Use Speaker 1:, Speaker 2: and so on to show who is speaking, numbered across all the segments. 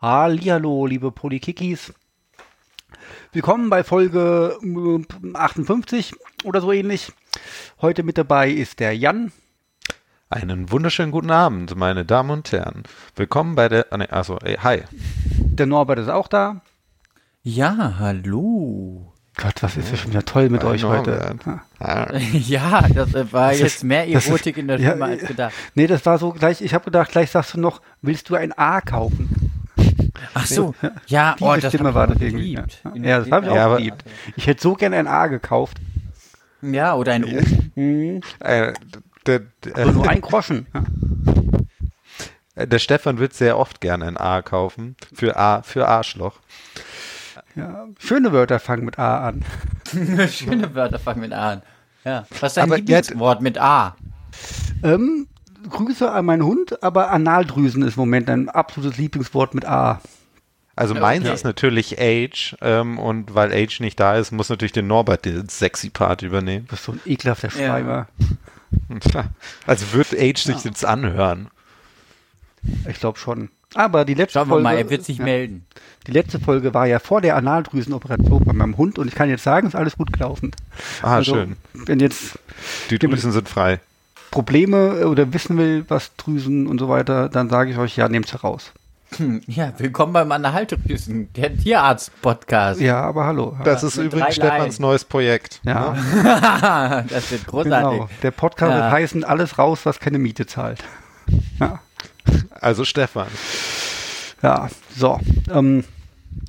Speaker 1: Hallihallo, liebe Polykikis. Willkommen bei Folge äh, 58 oder so ähnlich. Heute mit dabei ist der Jan.
Speaker 2: Einen wunderschönen guten Abend, meine Damen und Herren. Willkommen bei der. ah, nee, Also, ey, hi.
Speaker 1: Der Norbert ist auch da.
Speaker 3: Ja, hallo.
Speaker 1: Gott, was ist ja schon wieder toll mit
Speaker 2: Hi,
Speaker 1: euch heute.
Speaker 2: Norbert.
Speaker 1: Ja.
Speaker 2: Ah,
Speaker 3: Ja, das äh, war
Speaker 1: Das
Speaker 3: jetzt
Speaker 1: ist-
Speaker 3: mehr
Speaker 1: das ist-
Speaker 3: Erotik in der
Speaker 1: ja,
Speaker 3: Stimme als gedacht.
Speaker 1: Nee, das war so gleich. Ich habe gedacht, gleich sagst du noch, willst du ein A kaufen?
Speaker 3: Ach so, ja, oh,
Speaker 1: Diese
Speaker 3: das
Speaker 1: Stimme
Speaker 3: hat
Speaker 1: war
Speaker 3: man
Speaker 1: das irgendwie. Ja,
Speaker 3: geliebt. In
Speaker 1: ja das
Speaker 3: der
Speaker 1: habe ich
Speaker 2: Ja,
Speaker 1: auch
Speaker 2: aber-
Speaker 1: geliebt. Ich hätte so gern ein A gekauft.
Speaker 3: Ja, oder ein O. Mhm.
Speaker 2: äh, der,
Speaker 1: Aber nur
Speaker 2: der,
Speaker 1: ein Groschen. Ja.
Speaker 2: äh, der Stefan wird sehr oft gerne ein A kaufen. Für A, für Arschloch.
Speaker 1: Ja. Schöne Wörter fangen mit A an.
Speaker 3: Schöne Wörter fangen mit A an. Ja. Was ist dein
Speaker 2: Aber jetzt-
Speaker 3: Lieblingswort mit A?
Speaker 1: Ähm, Grüße an meinen Hund, aber Analdrüsen ist im Moment ein absolutes Lieblingswort mit A.
Speaker 2: Also
Speaker 3: Ja,
Speaker 2: meins
Speaker 3: okay.
Speaker 2: ist natürlich Age. Ähm, und weil Age nicht da ist, muss natürlich der Norbert den sexy Part übernehmen.
Speaker 1: Das ist so ein ekelhafter
Speaker 3: Ja.
Speaker 1: Schreiber.
Speaker 2: Also wird Age sich jetzt anhören.
Speaker 1: Ich glaube schon. Aber die letzte
Speaker 3: Schauen wir
Speaker 1: Folge.
Speaker 3: mal, er wird sich
Speaker 1: ja,
Speaker 3: melden.
Speaker 1: Die letzte Folge war ja vor der Analdrüsenoperation bei meinem Hund und ich kann jetzt sagen, ist alles gut gelaufen. Also,
Speaker 2: Ah, schön.
Speaker 1: Wenn jetzt
Speaker 2: Die
Speaker 1: Stimmt.
Speaker 2: Drüsen sind frei.
Speaker 1: Probleme äh, oder wissen will, was Drüsen und so weiter, dann sage ich euch, ja, nehmt's heraus.
Speaker 3: Hm, ja, willkommen beim Anhaltedrüsen, der Tierarzt-Podcast.
Speaker 1: Ja, aber hallo.
Speaker 2: Das ist
Speaker 3: mit
Speaker 2: übrigens
Speaker 3: drei Leinen.
Speaker 2: Stefans neues Projekt.
Speaker 1: ja,
Speaker 3: das wird großartig.
Speaker 1: genau. Der Podcast
Speaker 3: Ja.
Speaker 1: wird heißen Alles raus, was keine Miete zahlt. Ja.
Speaker 2: Also Stefan.
Speaker 1: Ja, so. Ähm,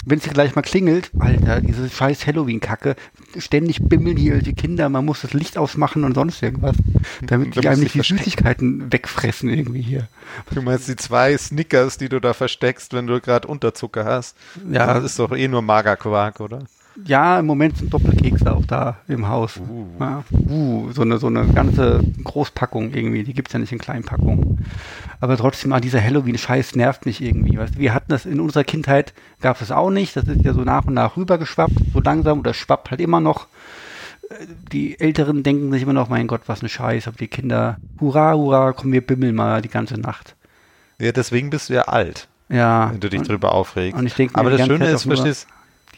Speaker 1: wenn es hier gleich mal klingelt, Alter, diese scheiß Halloween-Kacke, ständig bimmeln hier die Kinder, man muss das Licht ausmachen und sonst irgendwas, damit
Speaker 2: Man
Speaker 1: die
Speaker 2: muss
Speaker 1: einem
Speaker 2: sich
Speaker 1: nicht die
Speaker 2: verstecken.
Speaker 1: Süßigkeiten wegfressen irgendwie hier.
Speaker 2: Du meinst die zwei Snickers, die du da versteckst, wenn du gerade Unterzucker hast?
Speaker 1: Ja.
Speaker 2: Das ist doch eh nur Magerquark, oder?
Speaker 1: Ja, im Moment sind Doppelkekse auch da im Haus. Uh. Ja, uh, so, eine, so eine ganze Großpackung irgendwie, die gibt's ja nicht in Kleinpackungen. Aber trotzdem, ah, dieser Halloween-Scheiß nervt mich irgendwie. Weißt, du, wir hatten das in unserer Kindheit, gab es auch nicht. Das ist ja so nach und nach rübergeschwappt, so langsam, oder schwappt halt immer noch. Äh, Die Älteren denken sich immer noch, mein Gott, was ein Scheiß, aber die Kinder, hurra, hurra, komm, wir bimmeln mal die ganze Nacht.
Speaker 2: Ja, deswegen bist du ja alt,
Speaker 1: Ja,
Speaker 2: wenn du dich
Speaker 1: und,
Speaker 2: drüber aufregst.
Speaker 1: und ich denk mir
Speaker 2: Aber
Speaker 1: die
Speaker 2: das
Speaker 1: ganze
Speaker 2: Schöne
Speaker 1: Zeit
Speaker 2: ist,
Speaker 1: auch nur,
Speaker 2: verstehst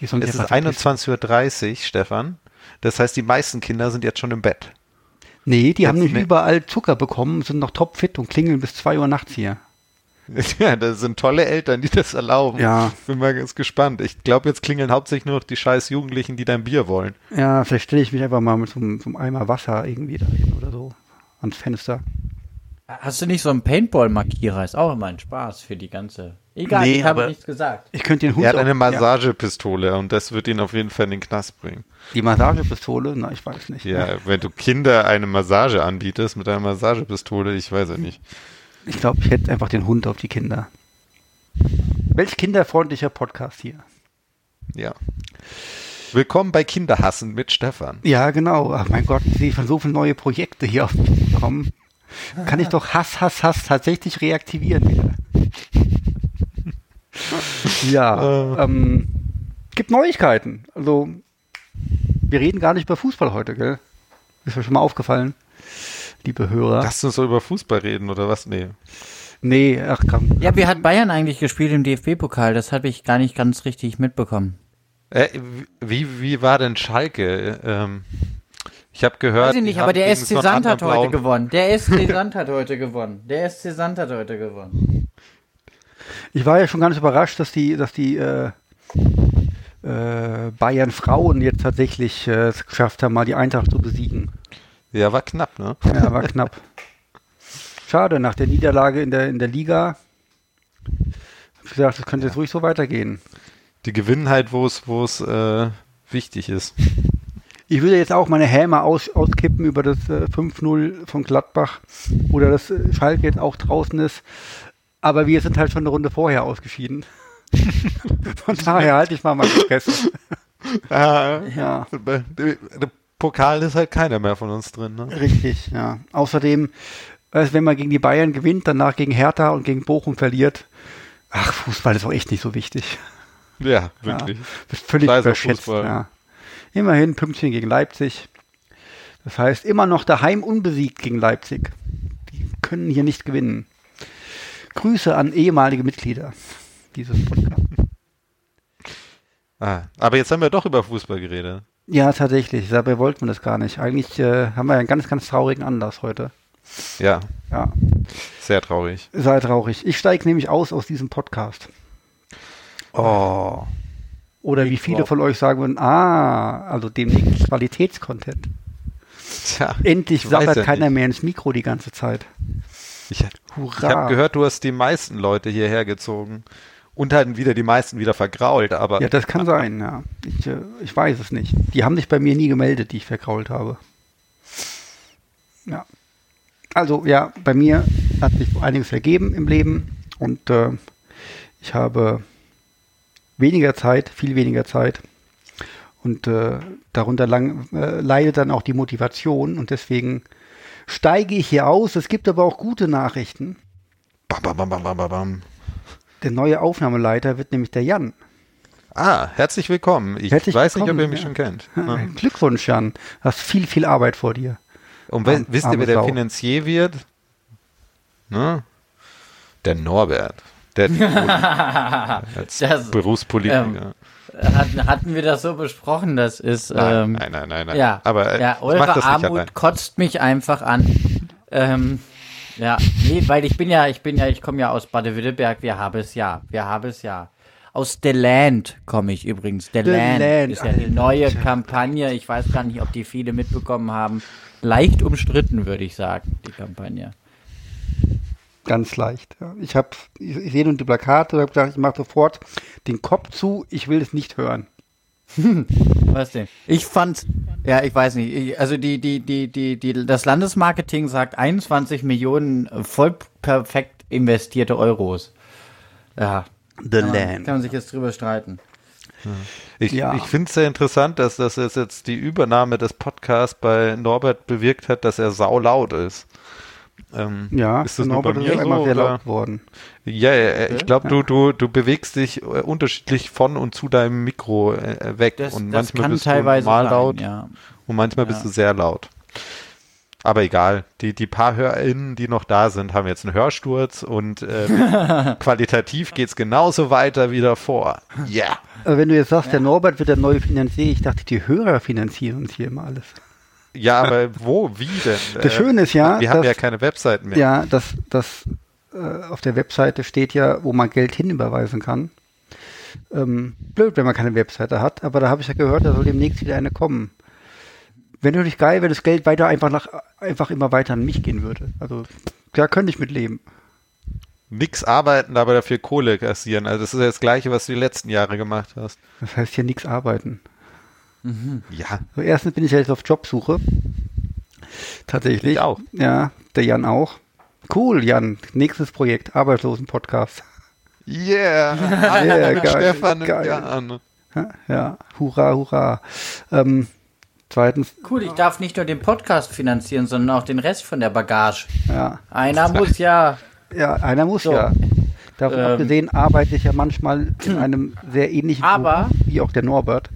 Speaker 1: die sollen
Speaker 2: es
Speaker 1: sich
Speaker 2: ist
Speaker 1: einfach verpissen.
Speaker 2: 21.30 Uhr, Stefan. Das heißt, die meisten Kinder sind jetzt schon im Bett.
Speaker 1: Nee, die haben
Speaker 2: Jetzt
Speaker 1: nicht
Speaker 2: ne-
Speaker 1: überall Zucker bekommen, sind noch topfit und klingeln bis 2 Uhr nachts hier.
Speaker 2: Ja, das sind tolle Eltern, die das erlauben.
Speaker 1: Ja.
Speaker 2: Bin mal ganz gespannt. Ich glaube, jetzt klingeln hauptsächlich nur noch die scheiß Jugendlichen, die dein Bier wollen.
Speaker 1: Ja, vielleicht stelle ich mich einfach mal mit so einem, so einem Eimer Wasser irgendwie dahin oder so ans Fenster.
Speaker 3: Hast du nicht so einen Paintball-Markierer? Ist auch immer ein Spaß für die ganze. Egal,
Speaker 2: Nee,
Speaker 3: ich habe
Speaker 2: aber-
Speaker 3: nichts gesagt.
Speaker 1: Ich könnte den Hund
Speaker 2: Er hat
Speaker 1: auch-
Speaker 2: eine
Speaker 1: ja,
Speaker 2: Massagepistole und das wird ihn auf jeden Fall in den Knast bringen.
Speaker 1: die Massagepistole, na, ich weiß nicht.
Speaker 2: Ja, wenn du Kinder eine Massage anbietest mit einer Massagepistole, ich weiß ja nicht.
Speaker 1: Ich glaube, ich hätte einfach den Hund auf die Kinder. Welch kinderfreundlicher Podcast hier.
Speaker 2: Ja. Willkommen bei Kinderhassen mit Stefan.
Speaker 1: Ja, genau. Ach mein Gott, ich von so viele neue Projekte hier auf mich gekommen. Kann ich doch Hass, Hass, Hass tatsächlich reaktivieren wieder. Ja, ähm, gibt Neuigkeiten. Also, wir reden gar nicht über Fußball heute, gell? Ist mir schon mal aufgefallen, liebe Hörer.
Speaker 2: Lass uns so über Fußball reden oder was? Nee.
Speaker 1: nee, ach komm.
Speaker 3: Ja, wie hat Bayern eigentlich gespielt im DFB-Pokal? Das habe ich gar nicht ganz richtig mitbekommen.
Speaker 2: Äh, wie, wie war denn Schalke? Ähm, ich habe gehört.
Speaker 3: Weiß ich nicht,
Speaker 2: die
Speaker 3: aber
Speaker 2: haben
Speaker 3: der
Speaker 2: gegen
Speaker 3: SC
Speaker 2: so einen
Speaker 3: Sand hat
Speaker 2: anderen
Speaker 3: heute
Speaker 2: Blauen-
Speaker 3: gewonnen. Der SC Sand hat heute gewonnen. Der SC Sand hat heute gewonnen.
Speaker 1: Ich war ja schon ganz überrascht, dass die, dass die äh, äh, Bayern Frauen jetzt tatsächlich äh, es geschafft haben, mal die Eintracht zu besiegen.
Speaker 2: Ja, war knapp, ne?
Speaker 1: Ja, war knapp. Schade, nach der Niederlage in der, in der Liga. Hab ich gesagt, das könnte jetzt ruhig so weitergehen.
Speaker 2: Die gewinnen halt, wo es wo es äh, wichtig ist.
Speaker 1: Ich würde jetzt auch meine Häme aus, auskippen über das äh, 5-0 von Gladbach oder dass äh, Schalke jetzt auch draußen ist. Aber wir sind halt schon eine Runde vorher ausgeschieden. von daher halte ich mal meine Fresse.
Speaker 2: Ah.
Speaker 1: Ja.
Speaker 2: Der Pokal ist halt keiner mehr von uns drin, ne?
Speaker 1: Richtig, ja. Außerdem, äh, wenn man gegen die Bayern gewinnt, danach gegen Hertha und gegen Bochum verliert, ach, Fußball ist auch echt nicht so wichtig.
Speaker 2: Ja,
Speaker 1: Ja,
Speaker 2: wirklich.
Speaker 1: das ist völlig
Speaker 2: Da ist auch
Speaker 1: überschätzt.
Speaker 2: Fußball.
Speaker 1: Ja. Immerhin Pünktchen gegen Leipzig. Das heißt, immer noch daheim unbesiegt gegen Leipzig. Die können hier nicht gewinnen. Grüße an ehemalige Mitglieder. dieses Podcast.
Speaker 2: Ah, aber jetzt haben wir doch über Fußball geredet.
Speaker 1: Ja, tatsächlich. Dabei wollten wir das gar nicht. Eigentlich äh, haben wir einen ganz, ganz traurigen Anlass heute.
Speaker 2: Ja,
Speaker 1: Ja,
Speaker 2: sehr traurig.
Speaker 1: sei traurig. Ich steige nämlich aus aus diesem Podcast.
Speaker 2: Oh.
Speaker 1: Oder wie
Speaker 3: Ich
Speaker 1: viele
Speaker 3: glaub.
Speaker 1: von euch sagen würden, ah, also demnächst Qualitätscontent.
Speaker 2: Tja,
Speaker 1: Endlich
Speaker 2: Ich weiß
Speaker 1: sabbert
Speaker 2: ja
Speaker 1: keiner
Speaker 2: nicht.
Speaker 1: mehr ins Mikro die ganze Zeit.
Speaker 2: ich, ich
Speaker 1: Hurra.
Speaker 2: habe gehört, du hast die meisten Leute hierher gezogen und dann wieder die meisten wieder vergrault, aber
Speaker 1: Ja, das kann sein, ja. Ich, äh, ich weiß es nicht. Die haben sich bei mir nie gemeldet, die ich verkrault habe. Ja. Also, ja, bei mir hat sich einiges ergeben im Leben und äh, ich habe weniger Zeit, viel weniger Zeit. Und äh, darunter lang, äh, leidet dann auch die Motivation und deswegen steige ich hier aus. Es gibt aber auch gute Nachrichten.
Speaker 2: bam, bam, bam, bam, bam, bam, bam.
Speaker 1: Der neue Aufnahmeleiter wird nämlich der Jan.
Speaker 2: Ah, herzlich willkommen. Ich
Speaker 1: Herzlich
Speaker 2: weiß nicht, ob
Speaker 1: willkommen,
Speaker 2: ihr mich
Speaker 1: ja.
Speaker 2: schon kennt.
Speaker 1: Ah, Glückwunsch, Jan. Du hast viel, viel Arbeit vor dir.
Speaker 2: Und we
Speaker 1: Arm-
Speaker 2: wisst ihr,
Speaker 1: arme
Speaker 2: wer der
Speaker 1: Sau.
Speaker 2: Finanzier wird? Ne? Der Norbert. Der als
Speaker 3: Das-
Speaker 1: ähm,
Speaker 2: Berufspolitiker.
Speaker 3: Hatten, hatten wir das so besprochen, das ist.
Speaker 2: nein,
Speaker 3: ähm,
Speaker 2: nein, nein, nein, nein.
Speaker 3: Ja,
Speaker 2: Aber äh,
Speaker 3: ja,
Speaker 2: ich mach
Speaker 3: eure
Speaker 2: das nicht
Speaker 3: Armut
Speaker 2: allein.
Speaker 3: kotzt mich einfach an. ähm, ja, nee, weil ich bin ja, ich bin ja, ich komme ja aus Baden-Württemberg, wir haben es ja, wir haben es ja. Aus The Land komme ich übrigens. The, Land,
Speaker 1: Land,
Speaker 3: ist ja die neue Kampagne. Ich weiß gar nicht, ob die viele mitbekommen haben. Leicht umstritten, würde ich sagen, die Kampagne.
Speaker 1: Ganz leicht. Ja. Ich habe, ich, ich sehe nun die Plakate, habe gedacht, ich mache sofort den Kopf zu, ich will es nicht hören.
Speaker 3: Was denn? Ich fand, ja, ich weiß nicht. Ich, also die, die, die, die, die, das Landesmarketing sagt 21 Millionen äh, voll perfekt investierte Euros. Ja.
Speaker 1: The
Speaker 3: Kann man, kann man sich jetzt drüber streiten.
Speaker 2: Ich,
Speaker 1: Ja.
Speaker 2: ich finde es sehr interessant, dass, dass es jetzt die Übernahme des Podcasts bei Norbert bewirkt hat, dass er saulaut ist. Ähm,
Speaker 1: Ja,
Speaker 2: ist das
Speaker 1: und
Speaker 2: nur bei
Speaker 1: Norbert
Speaker 2: mir
Speaker 1: ist
Speaker 2: so?
Speaker 1: immer sehr
Speaker 2: oder?
Speaker 1: laut geworden.
Speaker 2: Ja, ja, ja, ich glaube, du, du, du bewegst dich äh, unterschiedlich von und zu deinem Mikro äh, weg.
Speaker 3: Das,
Speaker 2: und
Speaker 3: das
Speaker 2: manchmal
Speaker 3: kann
Speaker 2: bist
Speaker 3: teilweise
Speaker 2: du mal
Speaker 3: sein,
Speaker 2: laut
Speaker 3: ja.
Speaker 2: und manchmal bist du sehr laut. Aber egal, die, die paar HörerInnen, die noch da sind, haben jetzt einen Hörsturz und äh, qualitativ geht es genauso weiter wie davor. Ja.
Speaker 1: Aber wenn du jetzt sagst, der Norbert wird der neue Finanzier, ich dachte, die Hörer finanzieren uns hier immer alles.
Speaker 2: Ja, aber wo, wie denn? Äh,
Speaker 1: Das Schöne ist ja,
Speaker 2: wir haben
Speaker 1: dass-
Speaker 2: ja keine Website mehr.
Speaker 1: Ja, das, das äh, auf der Webseite steht ja, wo man Geld hinüberweisen kann. Ähm, blöd, wenn man keine Webseite hat, aber da habe ich ja gehört, da soll demnächst wieder eine kommen. Wäre natürlich geil, wenn das Geld weiter einfach nach einfach immer weiter an mich gehen würde. Also da könnte ich mit leben.
Speaker 2: Nix arbeiten, aber dafür Kohle kassieren. Also das ist ja das Gleiche, was du die letzten Jahre gemacht hast.
Speaker 1: Das heißt hier nichts arbeiten.
Speaker 2: Ja,
Speaker 1: So, erstens bin ich ja jetzt auf Jobsuche. Tatsächlich.
Speaker 2: Ich auch.
Speaker 1: Ja, der Jan auch. Cool, Jan. Nächstes Projekt, Arbeitslosen-Podcast.
Speaker 2: Yeah!
Speaker 1: Yeah,
Speaker 2: mit
Speaker 1: geil,
Speaker 2: Stefan und
Speaker 1: geil.
Speaker 2: Jan.
Speaker 1: Ja, hurra, hurra. Ähm, zweitens,
Speaker 3: Cool, ich darf nicht nur den Podcast finanzieren, sondern auch den Rest von der Bagage.
Speaker 1: ja,
Speaker 3: Einer muss ja.
Speaker 1: Ja, einer muss ja. Davon
Speaker 3: Ähm.
Speaker 1: abgesehen arbeite ich ja manchmal in einem sehr ähnlichen
Speaker 3: Aber-
Speaker 1: Beruf wie auch der Norbert.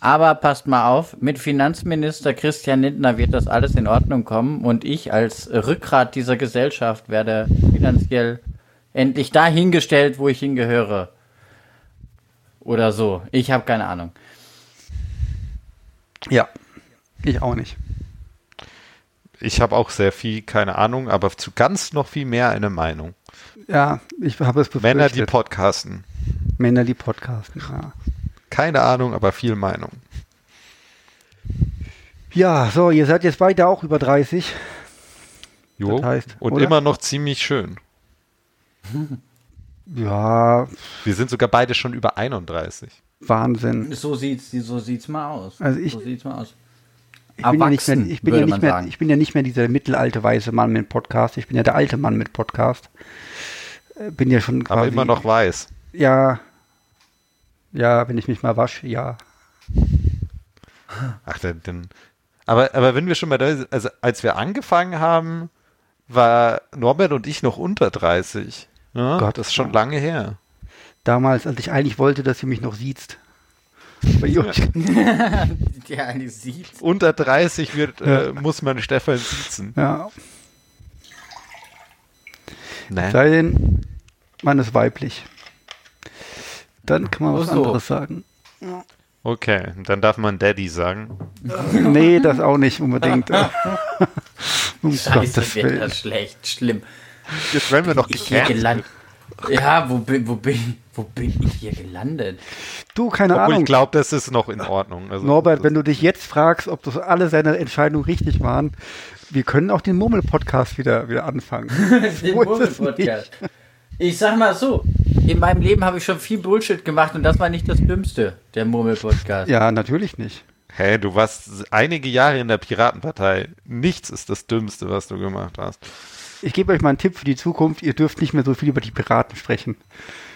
Speaker 3: Aber passt mal auf, mit Finanzminister Christian Lindner wird das alles in Ordnung kommen und ich als Rückgrat dieser Gesellschaft werde finanziell endlich dahingestellt, wo ich hingehöre. Oder so. Ich habe keine Ahnung.
Speaker 1: Ja. Ich auch nicht.
Speaker 2: Ich habe auch sehr viel, keine Ahnung, aber zu ganz noch viel mehr eine Meinung.
Speaker 1: Ja, ich habe es befürchtet.
Speaker 2: Männer, die podcasten.
Speaker 1: Männer, die podcasten. Ja.
Speaker 2: Keine Ahnung, aber viel Meinung.
Speaker 1: ja, so, ihr seid jetzt beide auch über 30.
Speaker 2: Jo.
Speaker 1: Das heißt,
Speaker 2: und
Speaker 1: oder?
Speaker 2: immer noch ziemlich schön.
Speaker 1: Ja,
Speaker 2: Wir sind sogar beide schon über 31.
Speaker 1: Wahnsinn.
Speaker 3: So sieht's, so sieht's mal aus.
Speaker 1: Also ich-
Speaker 3: so sieht's mal aus.
Speaker 1: Ich bin, ja nicht mehr, ich, bin ja
Speaker 3: würde
Speaker 1: nicht
Speaker 3: man
Speaker 1: mehr,
Speaker 3: sagen.
Speaker 1: ich bin ja nicht mehr dieser mittelalte weiße Mann mit Podcast. Ich bin ja der alte Mann mit Podcast. Äh, Bin ja schon quasi.
Speaker 2: Aber immer noch weiß.
Speaker 1: Ja. Ja, wenn ich mich mal wasche, ja.
Speaker 2: Ach, denn, denn. Aber, aber wenn wir schon mal da sind, also als wir angefangen haben, war Norbert und ich noch unter 30. Ne?
Speaker 1: Gott,
Speaker 2: das ist schon
Speaker 1: ja.
Speaker 2: lange her.
Speaker 1: damals, als ich eigentlich wollte, dass ihr mich noch sieht. Bei euch.
Speaker 3: Der eine sieht.
Speaker 2: Unter 30 wird, äh, muss man Stefan sitzen.
Speaker 1: Ja.
Speaker 2: Ne?
Speaker 1: Sei denn, man ist weiblich. Dann kann man was
Speaker 3: Ach so.
Speaker 1: anderes sagen.
Speaker 2: Okay, dann darf man Daddy sagen.
Speaker 1: Nee, das auch nicht unbedingt. um Gottes
Speaker 3: Scheiße, wird
Speaker 1: Willen.
Speaker 3: das schlecht, schlimm.
Speaker 2: Jetzt werden wir doch
Speaker 3: Ich hier
Speaker 2: gecancelt.
Speaker 3: gelandet. Ja, wo bin, wo bin, wo bin ich hier gelandet?
Speaker 1: Du, keine
Speaker 2: Obwohl ich
Speaker 1: Ahnung.
Speaker 2: glaube, das ist noch in Ordnung. Also,
Speaker 1: Norbert,
Speaker 2: das-
Speaker 1: wenn du dich jetzt fragst, ob das alle seine Entscheidungen richtig waren, wir können auch den Murmel-Podcast wieder, wieder anfangen.
Speaker 3: Den
Speaker 1: Wo ist es
Speaker 3: Murmelpodcast. Ich sag mal so, in meinem Leben habe ich schon viel Bullshit gemacht und das war nicht das Dümmste, der Murmelpodcast.
Speaker 1: Ja, natürlich nicht.
Speaker 2: Hä, du warst einige Jahre in der Piratenpartei. Nichts ist das Dümmste, was du gemacht hast.
Speaker 1: Ich gebe euch mal einen Tipp für die Zukunft. Ihr dürft nicht mehr so viel über die Piraten sprechen.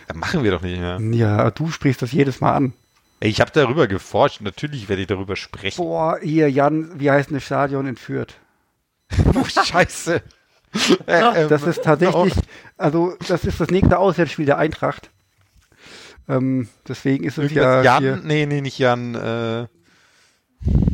Speaker 2: Das machen wir doch nicht mehr.
Speaker 1: Ja, du sprichst das jedes Mal an.
Speaker 2: Ey, Ich habe darüber geforscht. Natürlich werde ich darüber sprechen.
Speaker 1: Boah, hier, Jan, wie heißt denn das Stadion in Fürth?
Speaker 2: Oh, Scheiße. Äh, ähm,
Speaker 1: Das ist tatsächlich, also das ist das nächste Auswärtsspiel der Eintracht. Ähm, deswegen ist es ja
Speaker 2: irgendwas Jan?
Speaker 1: hier.
Speaker 2: Nee, nee, nicht Jan. Äh,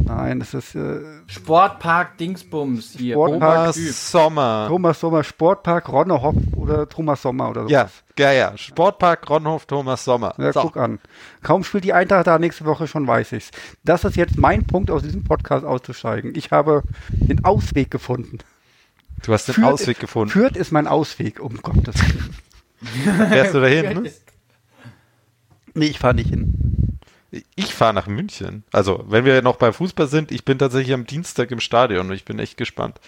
Speaker 1: Nein, das ist äh,
Speaker 3: Sportpark Dingsbums hier.
Speaker 1: Sportpark.
Speaker 2: Thomas
Speaker 1: Typ.
Speaker 2: Sommer.
Speaker 1: Thomas Sommer Sportpark, Ronne Hopp oder Thomas Sommer oder so.
Speaker 2: Ja, ja, ja. Sportpark Ronhof Thomas Sommer.
Speaker 1: Ja,
Speaker 2: so.
Speaker 1: guck an. Kaum spielt die Eintracht da nächste Woche, schon weiß ich's. Das ist jetzt mein Punkt, aus diesem Podcast auszusteigen. Ich habe den Ausweg gefunden.
Speaker 2: Du hast den
Speaker 1: Fürth-
Speaker 2: Ausweg gefunden.
Speaker 1: Fürth ist mein Ausweg, um Gottes Willen.
Speaker 2: Fährst du dahin? Ne?
Speaker 1: Nee, ich fahre nicht hin.
Speaker 2: Ich fahre nach München. Also, wenn wir noch bei Fußball sind, ich bin tatsächlich am Dienstag im Stadion und ich bin echt gespannt.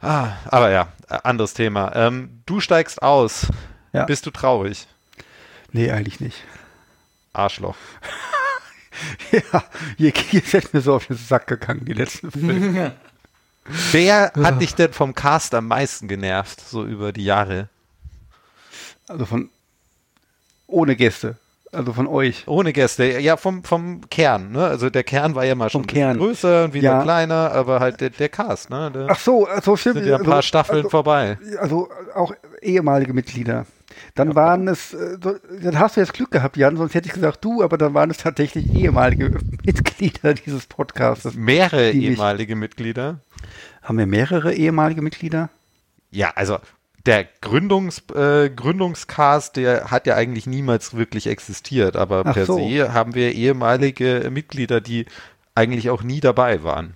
Speaker 2: Ah, aber ja, äh, anderes Thema. Ähm, du steigst aus.
Speaker 1: Ja.
Speaker 2: Bist du traurig?
Speaker 1: Nee, eigentlich nicht.
Speaker 2: Arschloch.
Speaker 1: Ja, ihr, ihr seid mir so auf den Sack gegangen, die letzten
Speaker 2: Mhm.
Speaker 1: Filme.
Speaker 2: Wer hat dich denn vom Cast am meisten genervt, so über die Jahre?
Speaker 1: Also von ohne Gäste. Also von euch.
Speaker 2: Ohne Gäste, ja, vom, vom Kern, ne? Also der Kern war ja mal
Speaker 1: Vom
Speaker 2: schon ein bisschen
Speaker 1: Kern.
Speaker 2: größer und wieder
Speaker 1: Ja.
Speaker 2: kleiner, aber halt der, der Cast, ne? Da
Speaker 1: Ach so, also stimmt.
Speaker 2: sind ja ein paar
Speaker 1: also,
Speaker 2: Staffeln vorbei.
Speaker 1: also auch ehemalige Mitglieder. Dann waren es, äh, so- dann hast du jetzt Glück gehabt, Jan, sonst hätte ich gesagt du, aber dann waren es tatsächlich ehemalige Mitglieder dieses Podcasts.
Speaker 2: Mehrere
Speaker 1: die mich-
Speaker 2: ehemalige Mitglieder.
Speaker 1: Haben wir mehrere ehemalige Mitglieder?
Speaker 2: Ja, also der Gründungs, äh, Gründungscast, der hat ja eigentlich niemals wirklich existiert, aber
Speaker 1: Ach
Speaker 2: per
Speaker 1: so.
Speaker 2: se haben wir ehemalige Mitglieder, die eigentlich auch nie dabei waren.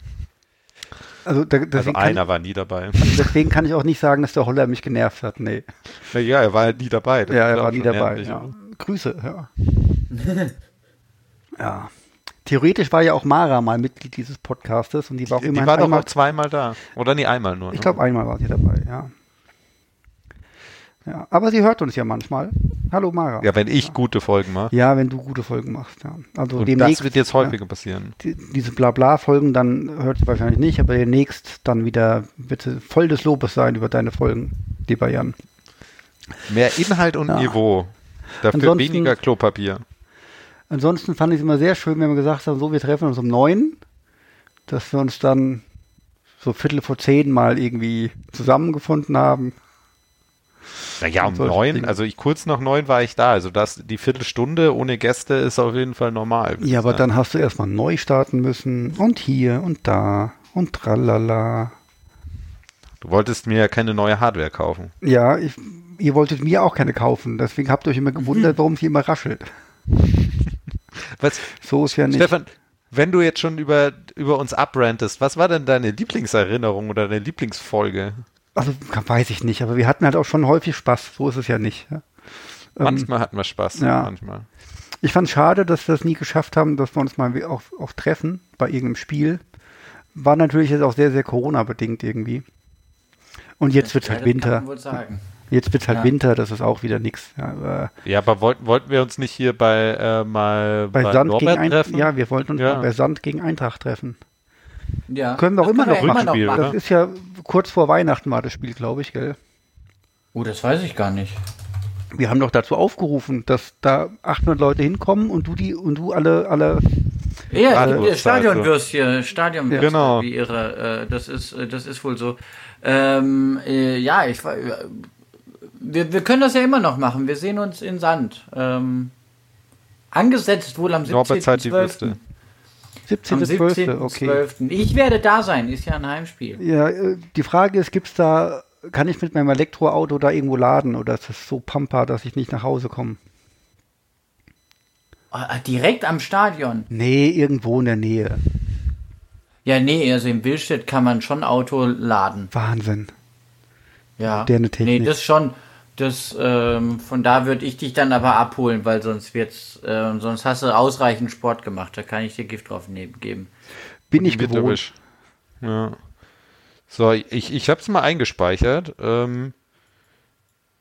Speaker 1: Also, da,
Speaker 2: Also
Speaker 1: deswegen,
Speaker 2: einer war nie dabei.
Speaker 1: kann, deswegen kann ich auch nicht sagen, dass der Holler mich genervt hat. Nee.
Speaker 2: Ja, er war halt nie dabei. Das
Speaker 1: Ja,
Speaker 2: ist
Speaker 1: er
Speaker 2: auch
Speaker 1: war nie
Speaker 2: schon
Speaker 1: dabei.
Speaker 2: ärgerlich,
Speaker 1: Ja.
Speaker 2: oder?
Speaker 1: Grüße, ja. ja. Theoretisch war ja auch Mara mal Mitglied dieses Podcastes und die war auch
Speaker 2: Die,
Speaker 1: immerhin
Speaker 2: war doch
Speaker 1: einmal,
Speaker 2: auch zweimal da. Oder nee, einmal nur.
Speaker 1: ich
Speaker 2: ne?
Speaker 1: glaube einmal war sie dabei, ja. Ja, aber sie hört uns ja manchmal. Hallo Mara.
Speaker 2: Ja, wenn ich gute Folgen mache.
Speaker 1: Ja, wenn du gute Folgen machst, ja. Also
Speaker 2: Und
Speaker 1: demnächst
Speaker 2: das wird jetzt häufiger passieren.
Speaker 1: die, diese Blabla-Folgen, dann hört sie wahrscheinlich nicht, aber demnächst dann wieder bitte voll des Lobes sein über deine Folgen, lieber Jan.
Speaker 2: Mehr Inhalt und
Speaker 1: Ja.
Speaker 2: Niveau. Dafür
Speaker 1: Ansonsten-
Speaker 2: weniger Klopapier.
Speaker 1: Ansonsten fand ich es immer sehr schön, wenn wir gesagt haben, so, wir treffen uns um neun, dass wir uns dann so Viertel vor zehn mal irgendwie zusammengefunden haben.
Speaker 2: Naja, um
Speaker 1: Und solche
Speaker 2: neun,
Speaker 1: Dinge.
Speaker 2: also ich kurz nach neun war ich da. Also das, die Viertelstunde ohne Gäste ist auf jeden Fall normal. Ne? würd ich
Speaker 1: Ja, aber
Speaker 2: sagen.
Speaker 1: dann hast du erstmal neu starten müssen und hier und da und tralala.
Speaker 2: Du wolltest mir ja keine neue Hardware kaufen.
Speaker 1: Ja, ich, ihr wolltet mir auch keine kaufen, deswegen habt ihr euch immer gewundert, warum sie immer raschelt.
Speaker 2: Was,
Speaker 1: So ist ja nicht.
Speaker 2: Stefan, wenn du jetzt schon über, über uns abrantest, was war denn deine Lieblingserinnerung oder deine Lieblingsfolge?
Speaker 1: Also weiß ich nicht, aber wir hatten halt auch schon häufig Spaß, so ist es ja nicht. Ja.
Speaker 2: Manchmal hatten wir Spaß,
Speaker 1: Ähm, ja.
Speaker 2: manchmal.
Speaker 1: Ich fand schade, dass wir es nie geschafft haben, dass wir uns mal wie- auch, auch treffen bei irgendeinem Spiel. War natürlich jetzt auch sehr, sehr Corona-bedingt irgendwie. Und jetzt wird halt
Speaker 3: Ja, das kann
Speaker 1: Winter.
Speaker 3: man wohl sagen.
Speaker 1: Jetzt wird halt
Speaker 3: Ja.
Speaker 1: Winter, das ist auch wieder nix. Ja, äh, aber
Speaker 2: Ja, aber wollten, wollten wir uns nicht hier bei äh, mal
Speaker 1: bei Sand
Speaker 2: Norbert
Speaker 1: gegen Eintracht.
Speaker 2: treffen?
Speaker 1: Ja, wir wollten uns
Speaker 2: Ja.
Speaker 1: mal bei Sand gegen Eintracht treffen.
Speaker 3: Ja.
Speaker 1: Können wir auch
Speaker 3: Das
Speaker 1: immer noch
Speaker 3: ja
Speaker 2: machen. Rückspiel,
Speaker 1: Das
Speaker 2: Ja.
Speaker 1: ist ja kurz vor Weihnachten war das Spiel, glaube ich, gell?
Speaker 3: Oh, das weiß ich gar nicht.
Speaker 1: Wir haben doch dazu aufgerufen, dass da 800 Leute hinkommen und du die und du alle alle
Speaker 3: Ja,
Speaker 2: Radwurst,
Speaker 3: äh, Stadionwürstchen, Stadionwürstchen,
Speaker 2: Genau.
Speaker 3: wie ihre, äh, das ist, äh, das ist wohl so. Ähm, äh, ja, ich war- äh, wir, wir können das ja immer noch machen. Wir sehen uns in Sand. Ähm, angesetzt wohl am
Speaker 2: Norbert zahlt die
Speaker 3: 17.12.
Speaker 2: Würste.
Speaker 3: Am
Speaker 1: 17.12. Okay.
Speaker 3: 17.12. Ich werde da sein, ist ja ein Heimspiel.
Speaker 1: Ja, äh, die Frage ist, gibt's da kann ich mit meinem Elektroauto da irgendwo laden oder ist das so pampa, dass ich nicht nach Hause komme?
Speaker 3: Ah, Direkt am Stadion.
Speaker 1: Nee, irgendwo in der Nähe.
Speaker 3: Ja, nee, also in Billstedt kann man schon Auto laden.
Speaker 1: Wahnsinn.
Speaker 3: Ja.
Speaker 1: Moderne Technik.
Speaker 3: Nee, das schon. Das, ähm, von da würde ich dich dann aber abholen, weil sonst wird's, ähm, sonst hast du ausreichend Sport gemacht. Da kann ich dir Gift drauf ne- geben.
Speaker 1: Bin ich gewohnt.
Speaker 2: Mittelwisch. Ja. So, ich, ich habe es mal eingespeichert. Ähm,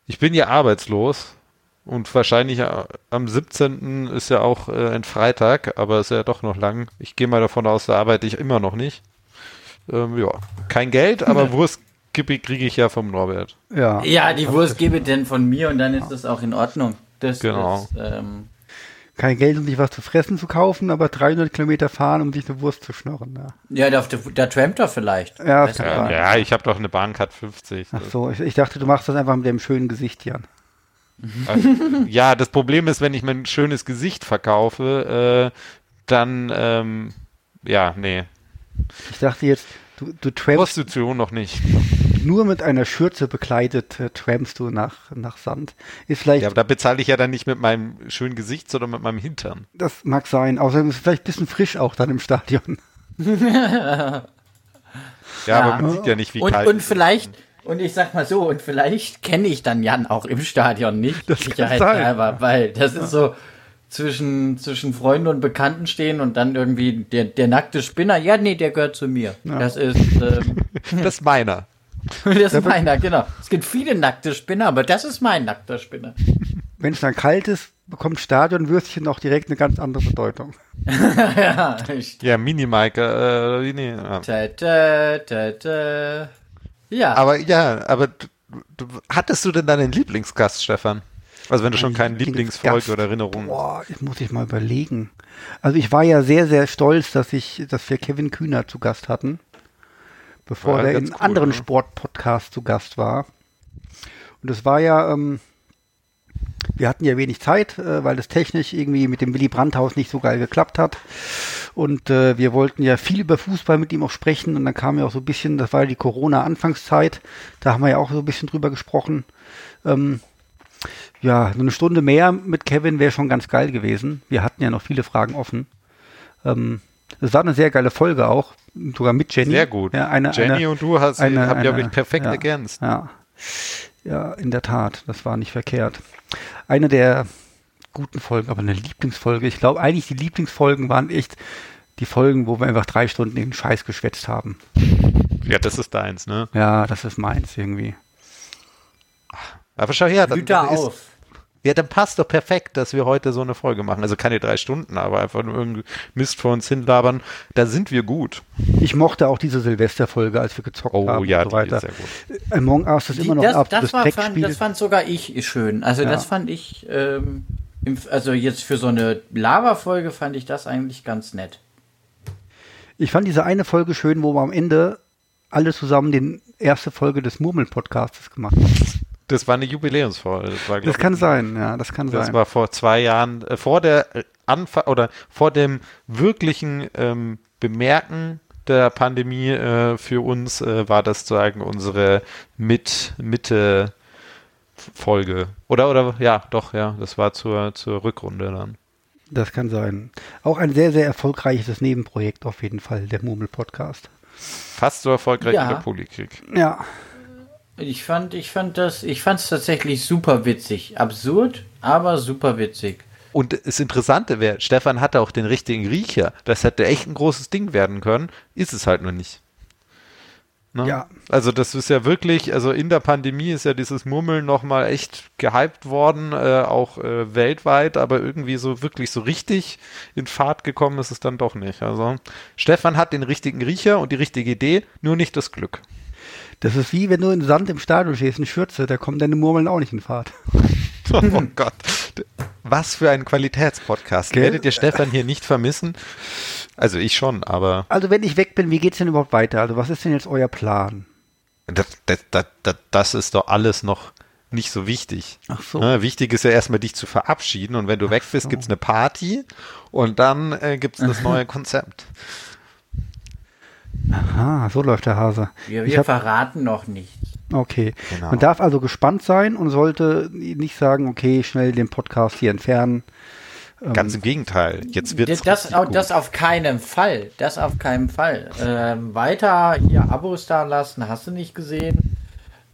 Speaker 2: ich bin ja arbeitslos und wahrscheinlich a- am 17. ist ja auch äh, ein Freitag, aber ist ja doch noch lang. Ich gehe mal davon aus, da arbeite ich immer noch nicht. Ähm, ja, kein Geld, aber Wurst kriege ich ja vom Norbert.
Speaker 1: Ja.
Speaker 3: Ja, die Wurst gebe denn von mir und dann ist das auch in Ordnung. Das
Speaker 2: Genau.
Speaker 3: ist, ähm,
Speaker 1: Kein Geld, um sich was zu fressen zu kaufen, aber 300 Kilometer fahren, um sich eine Wurst zu schnorren. Ja,
Speaker 3: ja, da, da trampt er vielleicht.
Speaker 1: ja das
Speaker 3: Weißt
Speaker 1: kann
Speaker 3: du?
Speaker 1: sein.
Speaker 2: Ja, ich habe doch eine Bahncard 50.
Speaker 1: Ach so, ich, ich dachte, du machst das einfach mit dem schönen Gesicht, Jan.
Speaker 2: Also, ja, das Problem ist, wenn ich mein schönes Gesicht verkaufe, äh, dann, ähm, ja, nee.
Speaker 1: Ich dachte jetzt, du, du trampst
Speaker 2: Prostitution noch nicht.
Speaker 1: nur mit einer Schürze bekleidet, äh, trampst du nach, nach Sand. Ist vielleicht,
Speaker 2: Ja, aber da bezahle ich ja dann nicht mit meinem schönen Gesicht, sondern mit meinem Hintern.
Speaker 1: das mag sein. Außerdem ist es vielleicht ein bisschen frisch auch dann im Stadion.
Speaker 2: Ja,
Speaker 3: Ja.
Speaker 2: aber man sieht ja nicht, wie
Speaker 3: und,
Speaker 2: kalt.
Speaker 3: und
Speaker 2: es
Speaker 3: vielleicht, und ich sag mal so, und vielleicht kenne ich dann Jan auch im Stadion nicht,
Speaker 1: Das kann
Speaker 3: sicherheitshalber, weil das ist so zwischen, zwischen Freunden und Bekannten stehen und dann irgendwie der, der nackte Spinner, ja, nee, der gehört zu mir. Das ist, ähm,
Speaker 2: ist. Das ist meiner.
Speaker 3: das ist meiner, genau. Es gibt viele nackte Spinner, aber das ist mein nackter Spinner.
Speaker 1: Wenn es dann kalt ist, bekommt Stadionwürstchen auch direkt eine ganz andere Bedeutung.
Speaker 3: ja, ich,
Speaker 2: Ja, Minimike. Äh, nee, ja.
Speaker 3: ta, ta, ta, ta. ja.
Speaker 2: Aber ja, aber du, du, hattest du denn deinen Lieblingsgast, Stefan? Also wenn du schon keinen Lieblingsfolge
Speaker 1: Lieblingsgast.
Speaker 2: oder Erinnerung.
Speaker 1: Boah, ich muss ich mal überlegen. Also ich war ja sehr, sehr stolz, dass ich, dass wir Kevin Kühner zu Gast hatten, bevor
Speaker 2: War
Speaker 1: er
Speaker 2: ganz
Speaker 1: in
Speaker 2: cool,
Speaker 1: anderen
Speaker 2: ne?
Speaker 1: Sportpodcasts zu Gast war. Und das war ja, ähm, wir hatten ja wenig Zeit, äh, weil das technisch irgendwie mit dem Willy Brandt-Haus nicht so geil geklappt hat. Und äh, wir wollten ja viel über Fußball mit ihm auch sprechen. Und dann kam ja auch so ein bisschen, das war ja die Corona-Anfangszeit, da haben wir ja auch so ein bisschen drüber gesprochen. Ähm, ja, so eine Stunde mehr mit Kevin wäre schon ganz geil gewesen. Wir hatten ja noch viele Fragen offen. Ähm, es war eine sehr geile Folge auch, sogar mit Jenny.
Speaker 2: Sehr gut.
Speaker 1: Ja, eine,
Speaker 2: Jenny
Speaker 1: eine,
Speaker 2: und du hast,
Speaker 1: eine-
Speaker 2: habt ihr
Speaker 1: eine-
Speaker 2: euch perfekt
Speaker 1: ja.
Speaker 2: ergänzt.
Speaker 1: ja. ja, in der Tat, das war nicht verkehrt. Eine der guten Folgen, aber eine Lieblingsfolge. Ich glaube, eigentlich die Lieblingsfolgen waren echt die Folgen, wo wir einfach drei Stunden den Scheiß geschwätzt haben.
Speaker 2: Ja, das ist deins, ne?
Speaker 1: Ja, das ist meins irgendwie.
Speaker 2: Aber schau her, dann,
Speaker 3: Hüter
Speaker 2: dann ist,
Speaker 3: auf.
Speaker 2: Ja, dann passt doch perfekt, dass wir heute so eine Folge machen. Also keine drei Stunden, aber einfach nur irgendwie Mist vor uns hinlabern. Da sind wir gut.
Speaker 1: Ich mochte auch diese Silvesterfolge, als wir gezockt
Speaker 2: Oh
Speaker 1: haben
Speaker 2: ja,
Speaker 1: und so
Speaker 2: die ist
Speaker 1: weiter.
Speaker 2: sehr gut.
Speaker 1: Among Us ist
Speaker 3: Die-
Speaker 1: immer noch
Speaker 3: das,
Speaker 1: ab.
Speaker 3: das, war, fand,
Speaker 1: Dreckspiel.
Speaker 3: das fand sogar ich schön. Also das fand ich, ähm, im, also jetzt für so eine Lava-Folge fand ich das eigentlich ganz nett.
Speaker 1: Ich fand diese eine Folge schön, wo wir am Ende alle zusammen die erste Folge des Murmeln-Podcasts gemacht haben.
Speaker 2: Das war eine Jubiläumsfolge. Das, war, glaub
Speaker 1: Das kann
Speaker 2: ich,
Speaker 1: sein, ja, das kann
Speaker 2: genau. Das
Speaker 1: sein.
Speaker 2: war vor zwei Jahren, äh, vor der äh, Anfang oder vor dem wirklichen ähm, Bemerken der Pandemie äh, für uns äh, war das sozusagen unsere mit Mitte Folge. Oder oder ja, doch, ja. Das war zur, zur Rückrunde dann.
Speaker 1: Das kann sein. Auch ein sehr, sehr erfolgreiches Nebenprojekt auf jeden Fall, der Murmel-Podcast.
Speaker 2: Fast so erfolgreich
Speaker 3: Ja.
Speaker 2: wie der Polykrieg.
Speaker 1: Ja,
Speaker 3: Ich fand, ich fand das, ich fand es tatsächlich super witzig. Absurd, aber super witzig.
Speaker 2: Und das Interessante wäre, Stefan hatte auch den richtigen Riecher. Das hätte echt ein großes Ding werden können. Ist es halt nur nicht. Ne?
Speaker 1: Ja.
Speaker 2: Also das ist ja wirklich, also in der Pandemie ist ja dieses Murmeln nochmal echt gehypt worden, äh, auch äh, weltweit, aber irgendwie so wirklich so richtig in Fahrt gekommen ist es dann doch nicht. Also Stefan hat den richtigen Riecher und die richtige Idee, nur nicht das Glück.
Speaker 1: das ist wie wenn du in Sand im Stadion stehst, eine Schürze, da kommen deine Murmeln auch nicht in Fahrt.
Speaker 2: Oh Gott. Was für ein Qualitätspodcast.
Speaker 1: Hm. Gell?
Speaker 2: Werdet ihr Stefan hier nicht vermissen? Also ich schon, aber
Speaker 1: Also wenn ich weg bin, wie geht's denn überhaupt weiter? Also was ist denn jetzt euer Plan?
Speaker 2: das, das, das, das, das ist doch alles noch nicht so wichtig.
Speaker 1: Ach so.
Speaker 2: Ne, wichtig ist ja erstmal, dich zu verabschieden. Und wenn du weg bist, gibt's eine Party und dann äh, gibt's das neue Konzept.
Speaker 1: Ah, so läuft der Hase.
Speaker 3: Wir,
Speaker 1: ich
Speaker 3: wir
Speaker 1: habe
Speaker 3: verraten noch nichts.
Speaker 1: Okay.
Speaker 2: Genau.
Speaker 1: Man darf also gespannt sein und sollte nicht sagen, okay, schnell den Podcast hier entfernen.
Speaker 2: Ganz im Gegenteil. Jetzt wird
Speaker 3: Das,
Speaker 2: es
Speaker 3: das, au- das auf keinen Fall. Das auf keinen Fall. Ähm, weiter hier Abos da lassen, hast du nicht gesehen.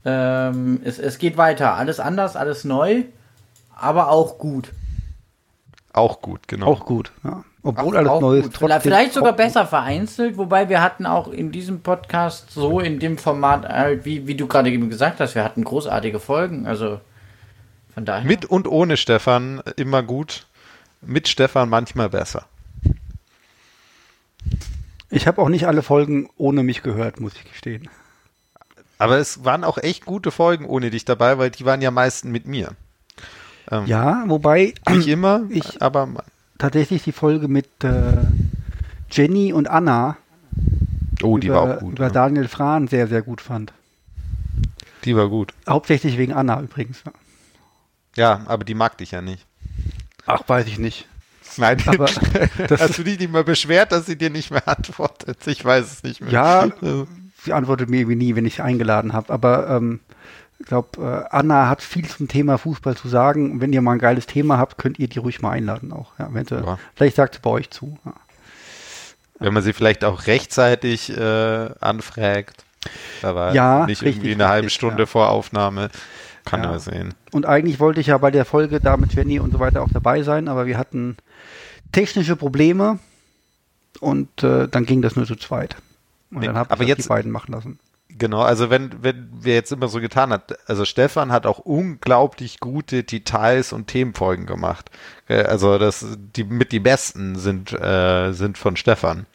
Speaker 3: Ähm, es, es geht weiter. Alles anders, alles neu, aber auch gut.
Speaker 2: auch gut, genau.
Speaker 1: Auch gut. Ja. Obwohl alles
Speaker 3: Auch
Speaker 1: neu ist,
Speaker 3: gut.
Speaker 1: trotzdem.
Speaker 3: Vielleicht sogar
Speaker 1: top-
Speaker 3: besser vereinzelt, wobei wir hatten auch in diesem Podcast so in dem Format, halt, wie, wie du gerade eben gesagt hast, wir hatten großartige Folgen. Also von daher.
Speaker 2: Mit und ohne Stefan immer gut. Mit Stefan manchmal besser.
Speaker 1: Ich habe auch nicht alle Folgen ohne mich gehört, muss ich gestehen.
Speaker 2: Aber es waren auch echt gute Folgen ohne dich dabei, weil die waren ja meistens mit mir.
Speaker 1: Ja, wobei
Speaker 2: Nicht immer,
Speaker 1: Ich-
Speaker 2: aber
Speaker 1: tatsächlich die Folge mit äh, Jenny und Anna
Speaker 2: oh, die
Speaker 1: über,
Speaker 2: war auch gut.
Speaker 1: über
Speaker 2: ja.
Speaker 1: Daniel Frahn sehr, sehr gut fand.
Speaker 2: Die war gut.
Speaker 1: Hauptsächlich wegen Anna übrigens.
Speaker 2: Ja, aber die mag dich ja nicht.
Speaker 1: Ach, weiß ich nicht.
Speaker 2: Nein,
Speaker 1: Aber das
Speaker 2: hast du dich nicht mal beschwert, dass sie dir nicht mehr antwortet? Ich weiß es nicht mehr.
Speaker 1: Ja, sie antwortet mir irgendwie nie, wenn ich sie eingeladen habe. Aber ähm, ich glaube, äh, Anna hat viel zum Thema Fußball zu sagen. Und Wenn ihr mal ein geiles Thema habt, könnt ihr die ruhig mal einladen auch. Ja, wenn sie,
Speaker 2: Ja.
Speaker 1: Vielleicht sagt sie bei euch zu. Ja.
Speaker 2: Wenn man sie vielleicht auch rechtzeitig äh, anfragt. Aber
Speaker 1: Ja,
Speaker 2: nicht
Speaker 1: richtig,
Speaker 2: irgendwie eine halbe
Speaker 1: richtig,
Speaker 2: Stunde
Speaker 1: ja.
Speaker 2: vor Aufnahme. Kann
Speaker 1: Ja.
Speaker 2: man sehen.
Speaker 1: Und eigentlich wollte ich ja bei der Folge da mit Jenny und so weiter auch dabei sein, aber wir hatten technische Probleme und äh, dann ging das nur zu zweit. Und
Speaker 2: Nee,
Speaker 1: dann habe ich
Speaker 2: aber
Speaker 1: das
Speaker 2: jetzt-
Speaker 1: die beiden machen lassen.
Speaker 2: Genau, also wenn, wenn wir jetzt immer so getan hat, also Stefan hat auch unglaublich gute Details und Themenfolgen gemacht. Äh, Also das, die mit die besten sind, äh, sind von Stefan.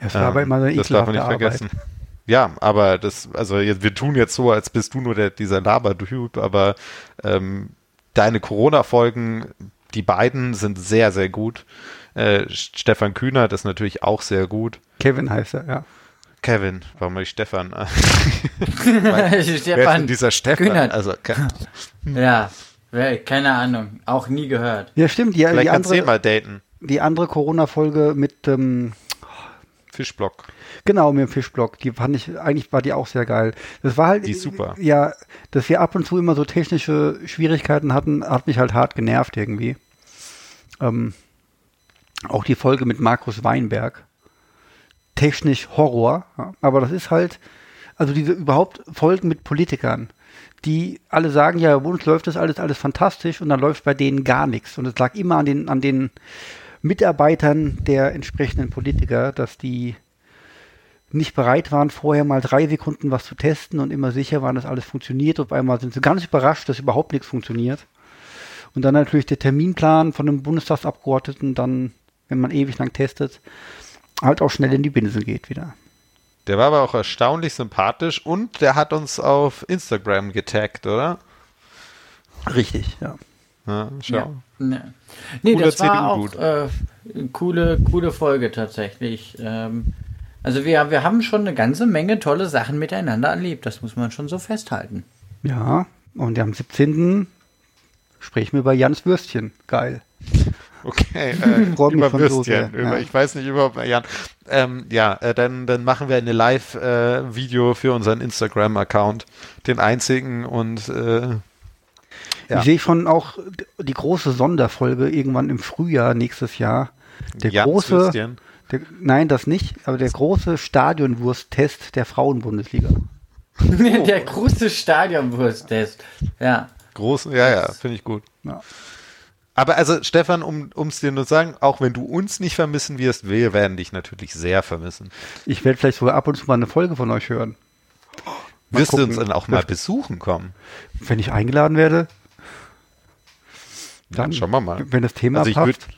Speaker 1: Es war aber immer so eine
Speaker 2: Ah, das darf man
Speaker 1: ekelhafte
Speaker 2: nicht
Speaker 1: Arbeit.
Speaker 2: vergessen. Ja, aber das, also jetzt, wir tun jetzt so, als bist du nur der, dieser Labertyp, aber ähm, deine Corona-Folgen, die beiden sind sehr, sehr gut. Äh, Stefan Kühnert ist natürlich auch sehr gut.
Speaker 1: Kevin heißt er, ja.
Speaker 2: Kevin, warum habe ich Stefan? Wer ist denn
Speaker 3: Stefan,
Speaker 2: dieser Stefan?
Speaker 3: Kühnert.
Speaker 2: Also, ke-
Speaker 3: ja, wer- keine Ahnung, auch nie gehört.
Speaker 1: Ja, stimmt. Die,
Speaker 2: vielleicht
Speaker 1: die
Speaker 2: kannst du ihn
Speaker 1: andere,
Speaker 2: mal daten.
Speaker 1: die andere Corona-Folge mit ähm,
Speaker 2: Fischblock.
Speaker 1: Genau, mit dem Fischblock. Die fand ich, eigentlich war die auch sehr geil. Das war halt.
Speaker 2: Die ist super.
Speaker 1: Ja, dass wir ab und zu immer so technische Schwierigkeiten hatten, hat mich halt hart genervt irgendwie. Ähm, auch die Folge mit Markus Weinberg. Technisch Horror. Ja, aber das ist halt, also diese überhaupt Folgen mit Politikern, die alle sagen, ja, bei uns läuft das alles, alles fantastisch und dann läuft bei denen gar nichts. Und es lag immer an den, an den Mitarbeitern der entsprechenden Politiker, dass die nicht bereit waren, vorher mal drei Sekunden was zu testen und immer sicher waren, dass alles funktioniert. Auf einmal sind sie ganz überrascht, dass überhaupt nichts funktioniert. Und dann natürlich der Terminplan von einem Bundestagsabgeordneten, dann, wenn man ewig lang testet, halt auch schnell in die Binsen geht wieder.
Speaker 2: Der war aber auch erstaunlich sympathisch und der hat uns auf Instagram getaggt, oder?
Speaker 1: Richtig, ja.
Speaker 2: Ja, schau.
Speaker 3: Ja. Nee, nee
Speaker 2: Cooler
Speaker 3: das war auch
Speaker 2: CDU-Gut.
Speaker 3: äh, eine coole, coole Folge tatsächlich. Ähm, also wir, wir haben schon eine ganze Menge tolle Sachen miteinander erlebt, das muss man schon so festhalten.
Speaker 1: Ja, und am 17. sprechen wir über Jans Würstchen. Geil.
Speaker 2: Okay, äh,
Speaker 1: Freut mich
Speaker 2: über
Speaker 1: schon so
Speaker 2: Würstchen.
Speaker 1: sehr,
Speaker 2: über,
Speaker 1: ja.
Speaker 2: Ich weiß nicht, über Jan. Ähm, ja, äh, dann, dann machen wir eine Live-Video für unseren Instagram-Account. Den einzigen und äh, Ja.
Speaker 1: Ich sehe schon auch die große Sonderfolge irgendwann im Frühjahr nächstes Jahr. Der
Speaker 2: Jans
Speaker 1: große,
Speaker 2: Würstchen.
Speaker 1: Der, nein, das nicht, aber der große Stadionwursttest der Frauenbundesliga.
Speaker 3: Der große Stadionwursttest. Ja.
Speaker 2: großen, ja, ja, finde ich gut.
Speaker 1: Ja.
Speaker 2: Aber also, Stefan, um es dir nur zu sagen, auch wenn du uns nicht vermissen wirst, wir werden dich natürlich sehr vermissen.
Speaker 1: Ich werde vielleicht sogar ab und zu mal eine Folge von euch hören.
Speaker 2: wirst du uns
Speaker 1: gucken.
Speaker 2: dann auch mal besuchen kommen?
Speaker 1: Wenn ich eingeladen werde, dann
Speaker 2: schauen wir mal.
Speaker 1: Wenn das Thema
Speaker 2: Also ich würde
Speaker 1: passt.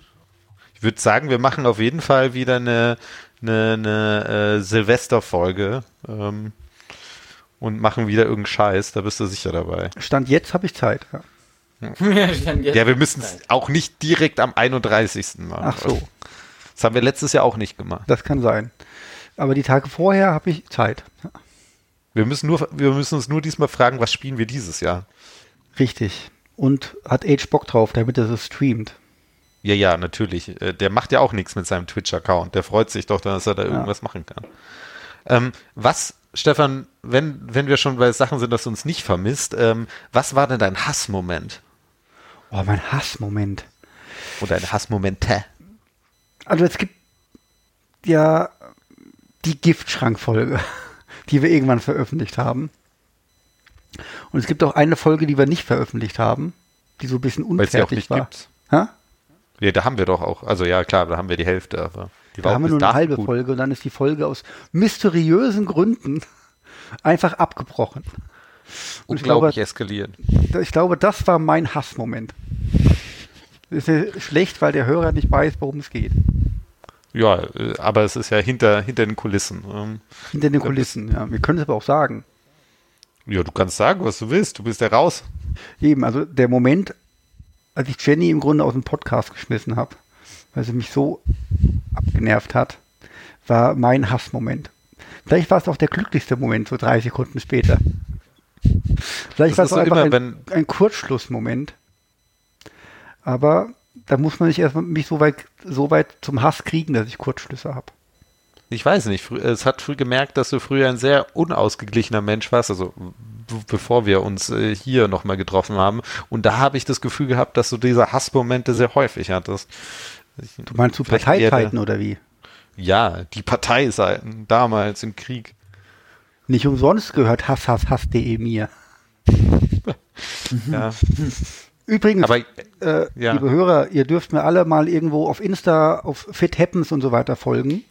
Speaker 2: ich würd sagen, wir machen auf jeden Fall wieder eine, eine, eine äh, Silvesterfolge ähm, und machen wieder irgendeinen Scheiß, da bist du sicher dabei.
Speaker 1: Stand jetzt habe ich Zeit. Ja.
Speaker 3: Stand jetzt-
Speaker 2: Ja, wir müssen es auch nicht direkt am 31. machen.
Speaker 1: Ach so,
Speaker 2: Das haben wir letztes Jahr auch nicht gemacht.
Speaker 1: das kann sein. Aber die Tage vorher habe ich Zeit. Ja.
Speaker 2: Wir müssen, nur, wir müssen uns nur diesmal fragen, was spielen wir dieses Jahr?
Speaker 1: Richtig. Und hat Age Bock drauf, damit er es streamt.
Speaker 2: Ja, ja, natürlich. Äh, Der macht ja auch nichts mit seinem Twitch-Account. Der freut sich doch, dass er da irgendwas machen kann. Ähm, was Stefan, wenn, wenn wir schon bei Sachen sind, dass du uns nicht vermisst, ähm, was war denn dein Hassmoment?
Speaker 1: Oh, mein Hassmoment.
Speaker 2: Oder ein Hassmomente?
Speaker 1: Also es gibt ja die Giftschrankfolge, die wir irgendwann veröffentlicht haben. Und es gibt auch eine Folge, die wir nicht veröffentlicht haben, die so ein bisschen
Speaker 2: Weil es die auch
Speaker 1: unfertig
Speaker 2: nicht
Speaker 1: war.
Speaker 2: gibt.
Speaker 1: Hä?
Speaker 2: Ja, da haben wir doch auch. Also ja, klar, da haben wir die Hälfte. Aber die
Speaker 1: Da
Speaker 2: war auch
Speaker 1: haben wir
Speaker 2: bis
Speaker 1: nur eine
Speaker 2: dahin
Speaker 1: halbe
Speaker 2: gut.
Speaker 1: Folge und dann ist die Folge aus mysteriösen Gründen einfach abgebrochen. Und ich glaube,
Speaker 2: Unglaublich eskaliert.
Speaker 1: ich glaube, das war mein Hassmoment. Das ist ja schlecht, weil der Hörer nicht weiß, worum es geht.
Speaker 2: Ja, äh, aber es ist ja hinter, hinter den Kulissen. ähm.
Speaker 1: Hinter den
Speaker 2: Ja,
Speaker 1: Kulissen, ja. Wir können es aber auch sagen.
Speaker 2: Ja, du kannst sagen, was du willst. Du bist ja raus.
Speaker 1: Eben, also der Moment, als ich Jenny im Grunde aus dem Podcast geschmissen habe, weil sie mich so abgenervt hat, war mein Hassmoment. Vielleicht war es auch der glücklichste Moment, so drei Sekunden später. Vielleicht war
Speaker 2: Das
Speaker 1: es
Speaker 2: ist so
Speaker 1: auch einfach
Speaker 2: immer,
Speaker 1: ein,
Speaker 2: wenn-
Speaker 1: ein Kurzschlussmoment. Aber da muss man sich erstmal mich so weit, so weit zum Hass kriegen, dass ich Kurzschlüsse habe.
Speaker 2: Ich weiß nicht, frü- es hat früh gemerkt, dass du früher ein sehr unausgeglichener Mensch warst, also b- bevor wir uns äh, hier nochmal getroffen haben. Und da habe ich das Gefühl gehabt, dass du diese Hassmomente sehr häufig hattest.
Speaker 1: Du meinst zu
Speaker 2: Hm. Vielleicht eher der-
Speaker 1: Parteizeiten oder wie?
Speaker 2: Ja, die Parteiseiten damals im Krieg.
Speaker 1: Nicht umsonst gehört Hass, Hass, Hass.de mir.
Speaker 2: Ja.
Speaker 1: Übrigens,
Speaker 2: Aber
Speaker 1: äh,
Speaker 2: Ja.
Speaker 1: liebe Hörer, ihr dürft mir alle mal irgendwo auf Insta, auf Fit Happens und so weiter folgen.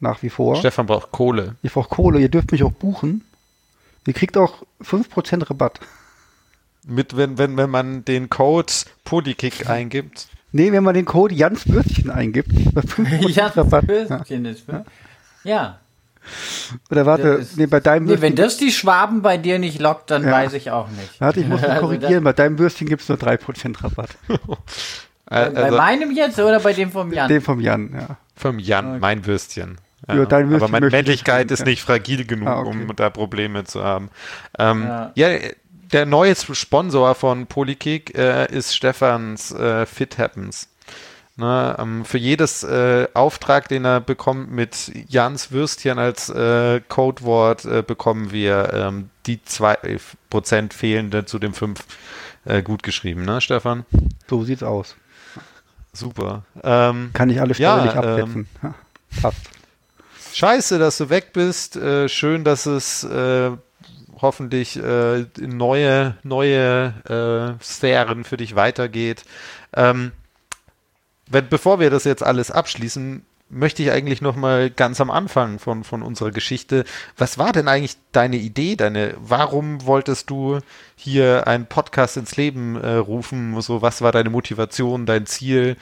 Speaker 1: Nach wie vor.
Speaker 2: Stefan braucht Kohle.
Speaker 1: Ich brauche Kohle, ihr dürft mich auch buchen. Ihr kriegt auch 5% Rabatt.
Speaker 2: Mit, wenn, wenn, wenn man den Code Polykick eingibt.
Speaker 1: Nee, wenn man den Code Jans Würstchen eingibt, bei 5%
Speaker 3: Ich hatte
Speaker 1: Rabatt. Ja.
Speaker 3: Würstchen ist. Ja.
Speaker 1: Oder warte,
Speaker 3: Das ist-
Speaker 1: nee, bei deinem
Speaker 3: Nee, wenn
Speaker 1: Würstchen.
Speaker 3: das die Schwaben bei dir nicht lockt, dann
Speaker 1: Ja.
Speaker 3: weiß ich auch nicht.
Speaker 1: Warte, ich muss mich
Speaker 3: Also
Speaker 1: korrigieren, bei deinem Würstchen gibt es nur 3% Rabatt.
Speaker 2: Äh,
Speaker 3: das- bei
Speaker 2: also
Speaker 3: meinem jetzt oder bei dem vom Jan?
Speaker 1: Den vom Jan, ja.
Speaker 2: vom Jan, mein Würstchen.
Speaker 1: Ja, dein Würstchen
Speaker 2: aber
Speaker 1: möchte
Speaker 2: meine
Speaker 1: ich
Speaker 2: Männlichkeit
Speaker 1: nicht.
Speaker 2: ist nicht fragil genug,
Speaker 1: Ah, okay.
Speaker 2: um da Probleme zu haben. Ähm,
Speaker 3: Ja.
Speaker 2: ja. der neue Sponsor von Polykick äh, ist Stefans äh, Fit Happens. Ne, ähm, für jedes äh, Auftrag, den er bekommt mit Jans Würstchen als äh, Codewort, äh, bekommen wir ähm, die 2% fehlende zu dem 5 äh, gut geschrieben, ne, Stefan?
Speaker 1: So sieht's aus.
Speaker 2: Super. Ähm,
Speaker 1: Kann ich alle
Speaker 2: Ja,
Speaker 1: steuerlich
Speaker 2: ähm,
Speaker 1: absetzen. Ja, passt.
Speaker 2: Scheiße, dass du weg bist. Äh, schön, dass es äh, hoffentlich äh, in neue, neue äh, Sphären für dich weitergeht. Ähm, wenn, bevor wir das jetzt alles abschließen, möchte ich eigentlich noch mal ganz am Anfang von, von unserer Geschichte, was war denn eigentlich deine Idee, deine, warum wolltest du hier einen Podcast ins Leben äh, rufen, so, was war deine Motivation, dein Ziel?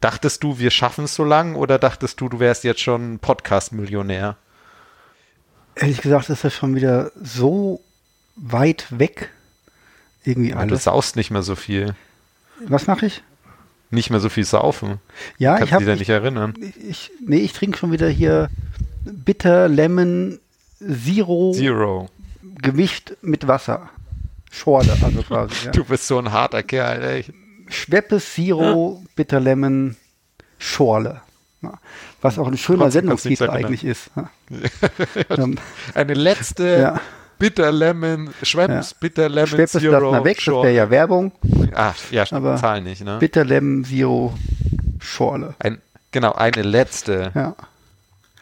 Speaker 2: Dachtest du, wir schaffen es so lang oder dachtest du, du wärst jetzt schon Podcast-Millionär?
Speaker 1: Ehrlich gesagt ist das schon wieder so weit weg. Irgendwie
Speaker 2: Du
Speaker 1: alles.
Speaker 2: saust nicht mehr so viel.
Speaker 1: Was mache ich?
Speaker 2: Nicht mehr so viel saufen.
Speaker 1: Ja,
Speaker 2: Kannst
Speaker 1: ich
Speaker 2: du dich da
Speaker 1: habe.
Speaker 2: nicht erinnern.
Speaker 1: Ich, ich, nee, ich trinke schon wieder hier Bitter Lemon Zero,
Speaker 2: Zero.
Speaker 1: gemischt mit Wasser. Schorle, also quasi. Ja.
Speaker 2: Du bist so ein harter Kerl, ey.
Speaker 1: Schweppes Zero Bitter Lemon Schorle. Ja. Was auch ein schöner
Speaker 2: Trotzdem kannst du nichts ne?
Speaker 1: Sendungstitel
Speaker 2: erinnern.
Speaker 1: eigentlich ist. Ja. Ähm,
Speaker 2: Eine letzte
Speaker 1: Ja.
Speaker 2: Bitter Lemon, Schweppes
Speaker 1: Ja.
Speaker 2: Bitter Lemon
Speaker 1: Schweppes lassen
Speaker 2: Zero.
Speaker 1: wir weg, das
Speaker 2: Short.
Speaker 1: wäre ja Werbung.
Speaker 2: Ah, ja,
Speaker 1: Aber
Speaker 2: stimmt, Zahl nicht, ne?
Speaker 1: Bitter Lemon Zero Schorle.
Speaker 2: Ein, genau, eine letzte.
Speaker 1: Ja.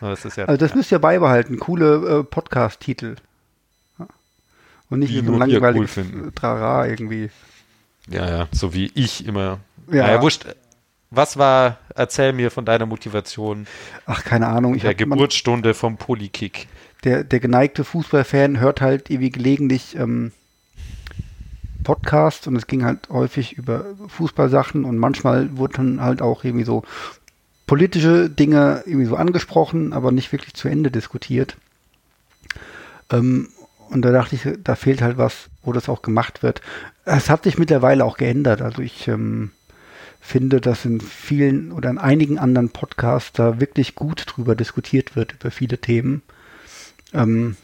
Speaker 2: Aber es ist ja,
Speaker 1: Also das müsst ihr beibehalten, coole äh, Podcast-Titel. Ja. Und nicht
Speaker 2: Die
Speaker 1: so ein
Speaker 2: nur wir cool
Speaker 1: langweiliges
Speaker 2: finden.
Speaker 1: äh, Trara irgendwie.
Speaker 2: ja, ja, so wie ich immer.
Speaker 1: Ja.
Speaker 2: Ja. Naja, wurscht. Was war, erzähl mir von deiner Motivation
Speaker 1: Ach, keine Ahnung. Ich
Speaker 2: der
Speaker 1: hab immer-
Speaker 2: Geburtsstunde vom Polykick.
Speaker 1: der, der geneigte Fußballfan hört halt irgendwie gelegentlich ähm, Podcasts und es ging halt häufig über Fußballsachen und manchmal wurden halt auch irgendwie so politische Dinge irgendwie so angesprochen, aber nicht wirklich zu Ende diskutiert. Ähm, und da dachte ich, da fehlt halt was, wo das auch gemacht wird. Es hat sich mittlerweile auch geändert. Also ich ähm, finde, dass in vielen oder in einigen anderen Podcasts da wirklich gut drüber diskutiert wird, über viele Themen ähm,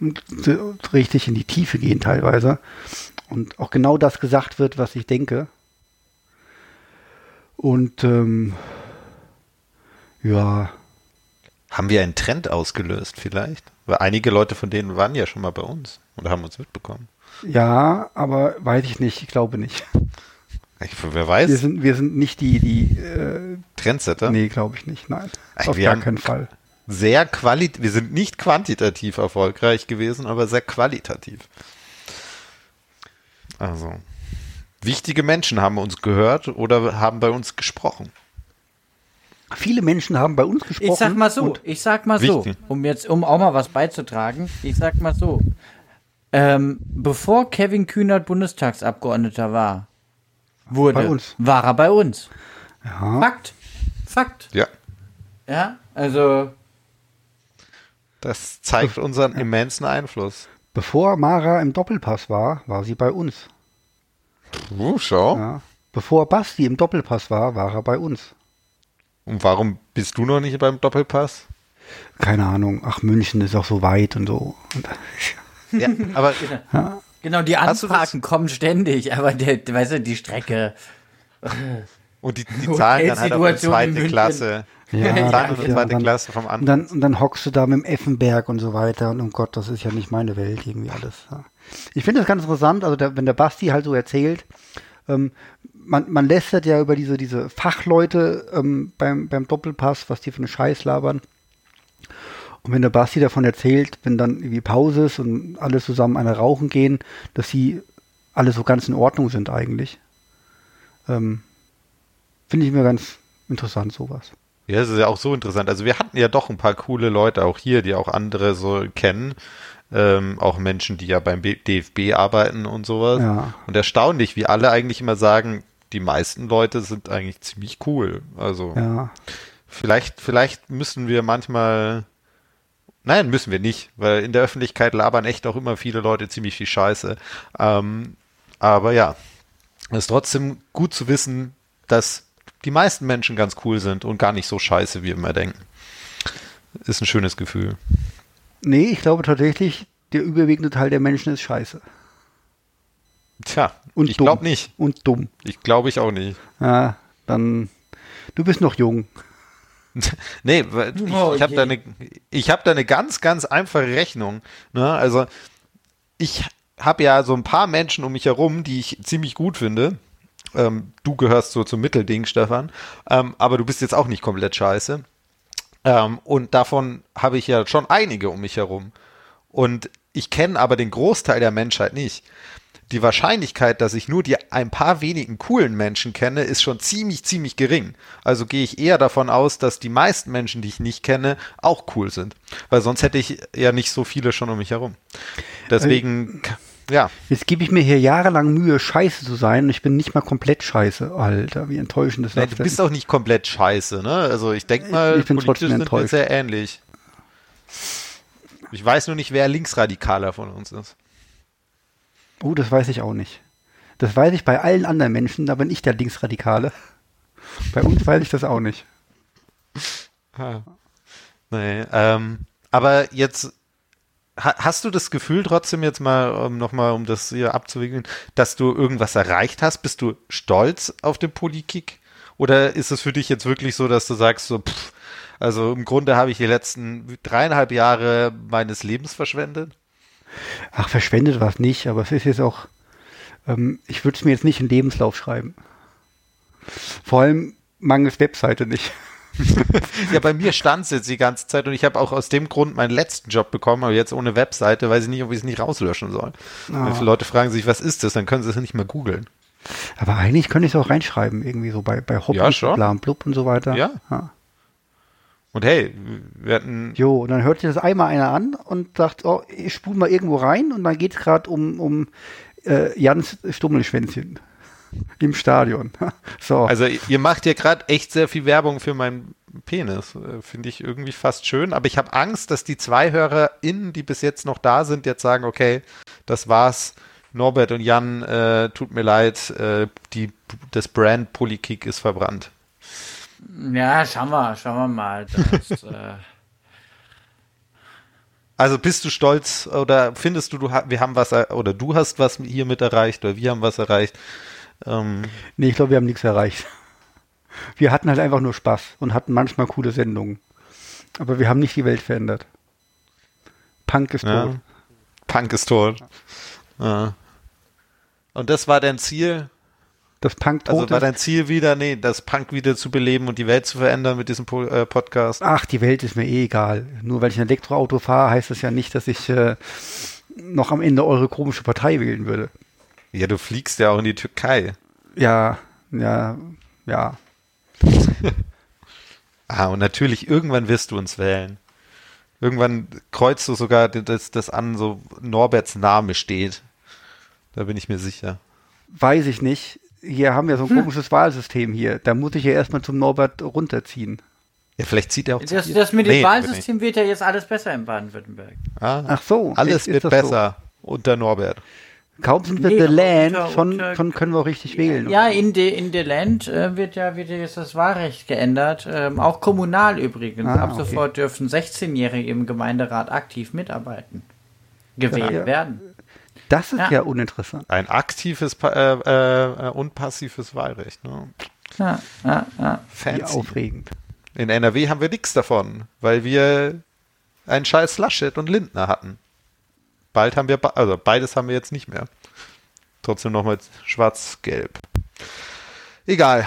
Speaker 1: und so richtig in die Tiefe gehen teilweise. Und auch genau das gesagt wird, was ich denke. Und ähm, ja,
Speaker 2: Haben wir einen Trend ausgelöst vielleicht? Weil einige Leute von denen waren ja schon mal bei uns und haben uns mitbekommen.
Speaker 1: Ja, aber weiß ich nicht, ich glaube nicht.
Speaker 2: Ich, wer
Speaker 1: Wir
Speaker 2: weiß?
Speaker 1: sind, wir sind nicht die, die, äh,
Speaker 2: Trendsetter?
Speaker 1: nee, glaube ich nicht, nein.
Speaker 2: Ey,
Speaker 1: Auf
Speaker 2: wir
Speaker 1: gar
Speaker 2: haben-
Speaker 1: keinen Fall.
Speaker 2: Sehr qualit wir sind nicht quantitativ erfolgreich gewesen, aber sehr qualitativ. Also, wichtige Menschen haben uns gehört oder haben bei uns gesprochen.
Speaker 1: Viele Menschen haben bei uns gesprochen.
Speaker 3: Ich sag mal so,
Speaker 1: und-
Speaker 3: ich sag mal so,
Speaker 2: Wichtig.
Speaker 3: um jetzt, um auch mal was beizutragen, ich sag mal so, ähm, bevor Kevin Kühnert Bundestagsabgeordneter war,
Speaker 1: Bei
Speaker 3: wurde,
Speaker 1: uns.
Speaker 3: war er bei uns.
Speaker 1: Ja.
Speaker 3: Fakt. Fakt.
Speaker 2: Ja,
Speaker 3: Ja, also,
Speaker 2: das zeigt unseren immensen Einfluss.
Speaker 1: Bevor Mara im Doppelpass war, war sie bei uns.
Speaker 2: Uh, schau.
Speaker 1: Ja. Bevor Basti im Doppelpass war, war er bei uns.
Speaker 2: Und warum bist du noch nicht beim Doppelpass?
Speaker 1: Keine Ahnung, ach, München ist auch so weit und so. Und,
Speaker 2: Ja, aber
Speaker 3: genau, die
Speaker 2: Hast du das-
Speaker 3: Anfragen kommen ständig, aber der, weißt du, die Strecke.
Speaker 2: und die, die zahlen dann halt auf die
Speaker 3: Hotelsituation in
Speaker 2: zweite
Speaker 3: München.
Speaker 2: Klasse.
Speaker 1: Ja,
Speaker 2: die
Speaker 1: ja,
Speaker 2: zahlen auf die
Speaker 1: ja,
Speaker 2: zweite
Speaker 1: dann-
Speaker 2: Klasse vom
Speaker 1: und,
Speaker 2: anderen.
Speaker 1: dann, und dann hockst du da mit dem Effenberg und so weiter und oh Gott, das ist ja nicht meine Welt irgendwie alles. Ja. Ich finde das ganz interessant, also der, wenn der Basti halt so erzählt, ähm, man, man lästert ja über diese, diese Fachleute ähm, beim, beim Doppelpass, was die für einen Scheiß labern. Und wenn der Basti davon erzählt, wenn dann irgendwie Pause ist und alle zusammen eine rauchen gehen, dass sie alle so ganz in Ordnung sind eigentlich. Ähm, Finde ich mir ganz interessant, sowas.
Speaker 2: Ja, das ist ja auch so interessant. Also wir hatten ja doch ein paar coole Leute auch hier, die auch andere so kennen. Ähm, auch Menschen, die ja beim B DFB arbeiten und sowas.
Speaker 1: Ja.
Speaker 2: Und erstaunlich, wie alle eigentlich immer sagen, die meisten Leute sind eigentlich ziemlich cool. Also
Speaker 1: Ja.
Speaker 2: vielleicht, vielleicht müssen wir manchmal. Nein, müssen wir nicht, weil in der Öffentlichkeit labern echt auch immer viele Leute ziemlich viel Scheiße. Ähm, aber ja, es ist trotzdem gut zu wissen, dass die meisten Menschen ganz cool sind und gar nicht so scheiße, wie wir immer denken. Ist ein schönes Gefühl.
Speaker 1: Nee, ich glaube tatsächlich, der überwiegende Teil der Menschen ist scheiße.
Speaker 2: Tja,
Speaker 1: Und
Speaker 2: ich
Speaker 1: dumm.
Speaker 2: glaube nicht.
Speaker 1: Und dumm.
Speaker 2: Ich glaube ich auch nicht.
Speaker 1: Ja, dann. Du bist noch jung.
Speaker 2: Nee, weil ich,
Speaker 3: Oh,
Speaker 2: ich habe
Speaker 3: je.
Speaker 2: da eine ich hab da eine ganz, ganz einfache Rechnung. Ne? Also ich habe ja so ein paar Menschen um mich herum, die ich ziemlich gut finde. Ähm, du gehörst so zum Mittelding, Stefan. Ähm, aber du bist jetzt auch nicht komplett scheiße. Ähm, und davon habe ich ja schon einige um mich herum. Und ich kenne aber den Großteil der Menschheit nicht. Die Wahrscheinlichkeit, dass ich nur die ein paar wenigen coolen Menschen kenne, ist schon ziemlich, ziemlich gering. Also gehe ich eher davon aus, dass die meisten Menschen, die ich nicht kenne, auch cool sind. Weil sonst hätte ich ja nicht so viele schon um mich herum.
Speaker 1: Äh,
Speaker 2: Deswegen, ja,
Speaker 1: Jetzt gebe ich mir hier jahrelang Mühe, scheiße zu sein und ich bin nicht mal komplett scheiße. Alter, wie enttäuschend ist
Speaker 2: nee,
Speaker 1: das
Speaker 2: du
Speaker 1: denn?
Speaker 2: bist auch nicht komplett scheiße, ne? Also ich denke mal,
Speaker 1: Ich bin trotzdem
Speaker 2: sind wir
Speaker 1: enttäuscht.
Speaker 2: sehr ähnlich. Ich weiß nur nicht, wer linksradikaler von uns ist.
Speaker 1: oh, das weiß ich auch nicht. Das weiß ich bei allen anderen Menschen, da bin ich der Linksradikale. Bei uns weiß ich das auch nicht.
Speaker 2: Nee, ähm, aber jetzt ha hast du das Gefühl trotzdem jetzt mal um, nochmal, um das hier abzuwickeln, dass du irgendwas erreicht hast? Bist du stolz auf den Politik? Oder ist es für dich jetzt wirklich so, dass du sagst, so, pff, also im Grunde habe ich die letzten dreieinhalb Jahre meines Lebens verschwendet?
Speaker 1: Ach, verschwendet was nicht, aber es ist jetzt auch, ähm, ich würde es mir jetzt nicht in den Lebenslauf schreiben. Vor allem mangels Webseite nicht.
Speaker 2: Ja, bei mir stand es jetzt die ganze Zeit und ich habe auch aus dem Grund meinen letzten Job bekommen, aber jetzt ohne Webseite, weiß ich nicht, ob ich es nicht rauslöschen soll. Wenn viele Leute fragen sich, was ist das, dann können sie es nicht mehr googeln.
Speaker 1: Aber eigentlich könnte ich es auch reinschreiben, irgendwie so bei, bei Hobby,
Speaker 2: Ja, schon.
Speaker 1: bla und blub und so weiter.
Speaker 2: Ja. Und hey, wir hatten
Speaker 1: Jo, und dann hört sich das einmal einer an und sagt, oh, ich spule mal irgendwo rein und dann geht es gerade um, um äh, Jans Stummelschwänzchen im Stadion. so.
Speaker 2: Also i- ihr macht hier gerade echt sehr viel Werbung für meinen Penis. Äh, Finde ich irgendwie fast schön. Aber ich habe Angst, dass die zwei HörerInnen, die bis jetzt noch da sind, jetzt sagen, okay, das war's. Norbert und Jan, äh, tut mir leid, äh, die, das Brand Polykick ist verbrannt.
Speaker 3: Ja, schauen wir, schauen wir mal. Das, äh,
Speaker 2: Also bist du stolz oder findest du, du ha- wir haben was er- oder du hast was hiermit erreicht oder wir haben was erreicht? Ähm,
Speaker 1: nee, ich glaube, wir haben nichts erreicht. Wir hatten halt einfach nur Spaß und hatten manchmal coole Sendungen. Aber wir haben nicht die Welt verändert. Punk ist
Speaker 2: Ja.
Speaker 1: tot.
Speaker 2: Punk ist tot. Ja. Und das war dein Ziel?
Speaker 1: Das Punk tot
Speaker 2: Also war
Speaker 1: ist.
Speaker 2: dein Ziel wieder, nee, das Punk wieder zu beleben und die Welt zu verändern mit diesem Po- äh, Podcast?
Speaker 1: Ach, die Welt ist mir eh egal. Nur weil ich ein Elektroauto fahre, heißt das ja nicht, dass ich äh, noch am Ende eure komische Partei wählen würde.
Speaker 2: Ja, du fliegst ja auch in die Türkei.
Speaker 1: Ja, ja, ja.
Speaker 2: Ah, und natürlich, irgendwann wirst du uns wählen. Irgendwann kreuzt du sogar das, das an, so Norberts Name steht. Da bin ich mir sicher.
Speaker 1: Weiß ich nicht. Hier haben wir
Speaker 2: Hm.
Speaker 1: so ein komisches Wahlsystem hier. Da muss ich ja erstmal zum Norbert runterziehen.
Speaker 2: Ja, vielleicht zieht er auch zu
Speaker 3: Das,
Speaker 2: dir.
Speaker 3: das mit dem
Speaker 2: Nee,
Speaker 3: Wahlsystem wird ja jetzt alles besser in Baden-Württemberg.
Speaker 2: wird nicht. Ah,
Speaker 1: Ach so,
Speaker 2: alles
Speaker 1: ist- ist
Speaker 2: wird
Speaker 1: das
Speaker 2: besser unter Norbert.
Speaker 1: Kaum sind wir
Speaker 3: Nee,
Speaker 1: the
Speaker 3: aber
Speaker 1: land,
Speaker 3: unter-
Speaker 1: schon,
Speaker 3: unter-
Speaker 1: schon können wir auch richtig wählen.
Speaker 3: Ja, in de, in der Land äh, wird ja wieder jetzt das Wahlrecht geändert. Ähm, auch kommunal übrigens.
Speaker 1: Ah,
Speaker 3: Ab
Speaker 1: okay.
Speaker 3: sofort dürfen 16-Jährige im Gemeinderat aktiv mitarbeiten. Gewählt
Speaker 1: Ja.
Speaker 3: werden.
Speaker 1: Das ist ja,
Speaker 3: Ja.
Speaker 1: uninteressant.
Speaker 2: Ein aktives pa äh, äh, und passives Wahlrecht. Ne?
Speaker 3: Ja, ja, ja.
Speaker 1: Wie
Speaker 2: Fancy.
Speaker 1: aufregend.
Speaker 2: In NRW haben wir nichts davon, weil wir einen scheiß Laschet und Lindner hatten. Bald haben wir, be- also beides haben wir jetzt nicht mehr. Trotzdem nochmal schwarz-gelb. Egal.